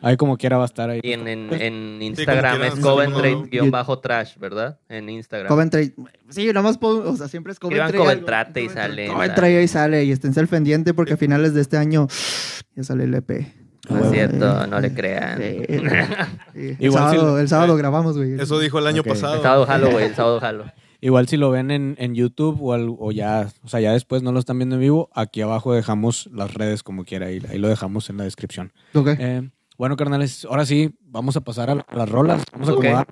Speaker 1: Ahí como quiera va a estar ahí.
Speaker 4: Y en, en, en
Speaker 3: Sí,
Speaker 4: Instagram
Speaker 3: como
Speaker 4: es
Speaker 3: quieras,
Speaker 4: Coventry-trash, ¿verdad? En Instagram.
Speaker 5: Coventry. Sí, nomás pon, o sea, siempre es
Speaker 4: Escriban
Speaker 5: Coventry.
Speaker 4: Coventrate y
Speaker 5: algo.
Speaker 4: sale,
Speaker 5: Coventry ahí sale y esténse al pendiente porque a finales de este año ya sale el EP.
Speaker 4: No es
Speaker 5: Ah,
Speaker 4: cierto,
Speaker 5: eh,
Speaker 4: no le crean.
Speaker 5: sí, sí. El
Speaker 1: Igual si-
Speaker 5: sábado, el sábado grabamos, güey.
Speaker 3: Eso dijo el año
Speaker 1: Ok.
Speaker 4: El
Speaker 3: pasado.
Speaker 4: sábado jalo, güey, el sábado jalo.
Speaker 1: Igual si lo ven en, en YouTube o, al- o ya, o sea, ya después no lo están viendo en vivo, aquí abajo dejamos las redes como quiera. Ahí, ahí lo dejamos en la descripción.
Speaker 5: Ok.
Speaker 1: Eh, bueno, carnales, ahora sí, vamos a pasar a la- a las rolas. Vamos a
Speaker 4: Ok.
Speaker 1: acomodar.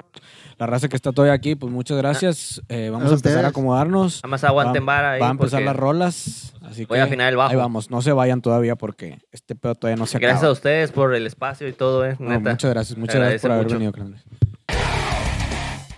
Speaker 1: La raza que está todavía aquí, pues muchas gracias. Eh, vamos
Speaker 5: a
Speaker 1: a empezar a
Speaker 5: ustedes.
Speaker 1: acomodarnos.
Speaker 4: Nada más aguanten
Speaker 1: Va-
Speaker 4: vara ahí.
Speaker 1: Va a empezar
Speaker 4: porque-
Speaker 1: las rolas. Así
Speaker 4: Voy
Speaker 1: que
Speaker 4: a afinar el bajo.
Speaker 1: Ahí vamos, no se vayan todavía porque este pedo todavía no se acaba.
Speaker 4: Gracias a ustedes por el espacio y todo, eh,
Speaker 1: No,
Speaker 4: neta.
Speaker 1: muchas gracias, muchas
Speaker 4: Te
Speaker 1: gracias por
Speaker 4: agradece
Speaker 1: haber
Speaker 4: mucho.
Speaker 1: venido, carnales.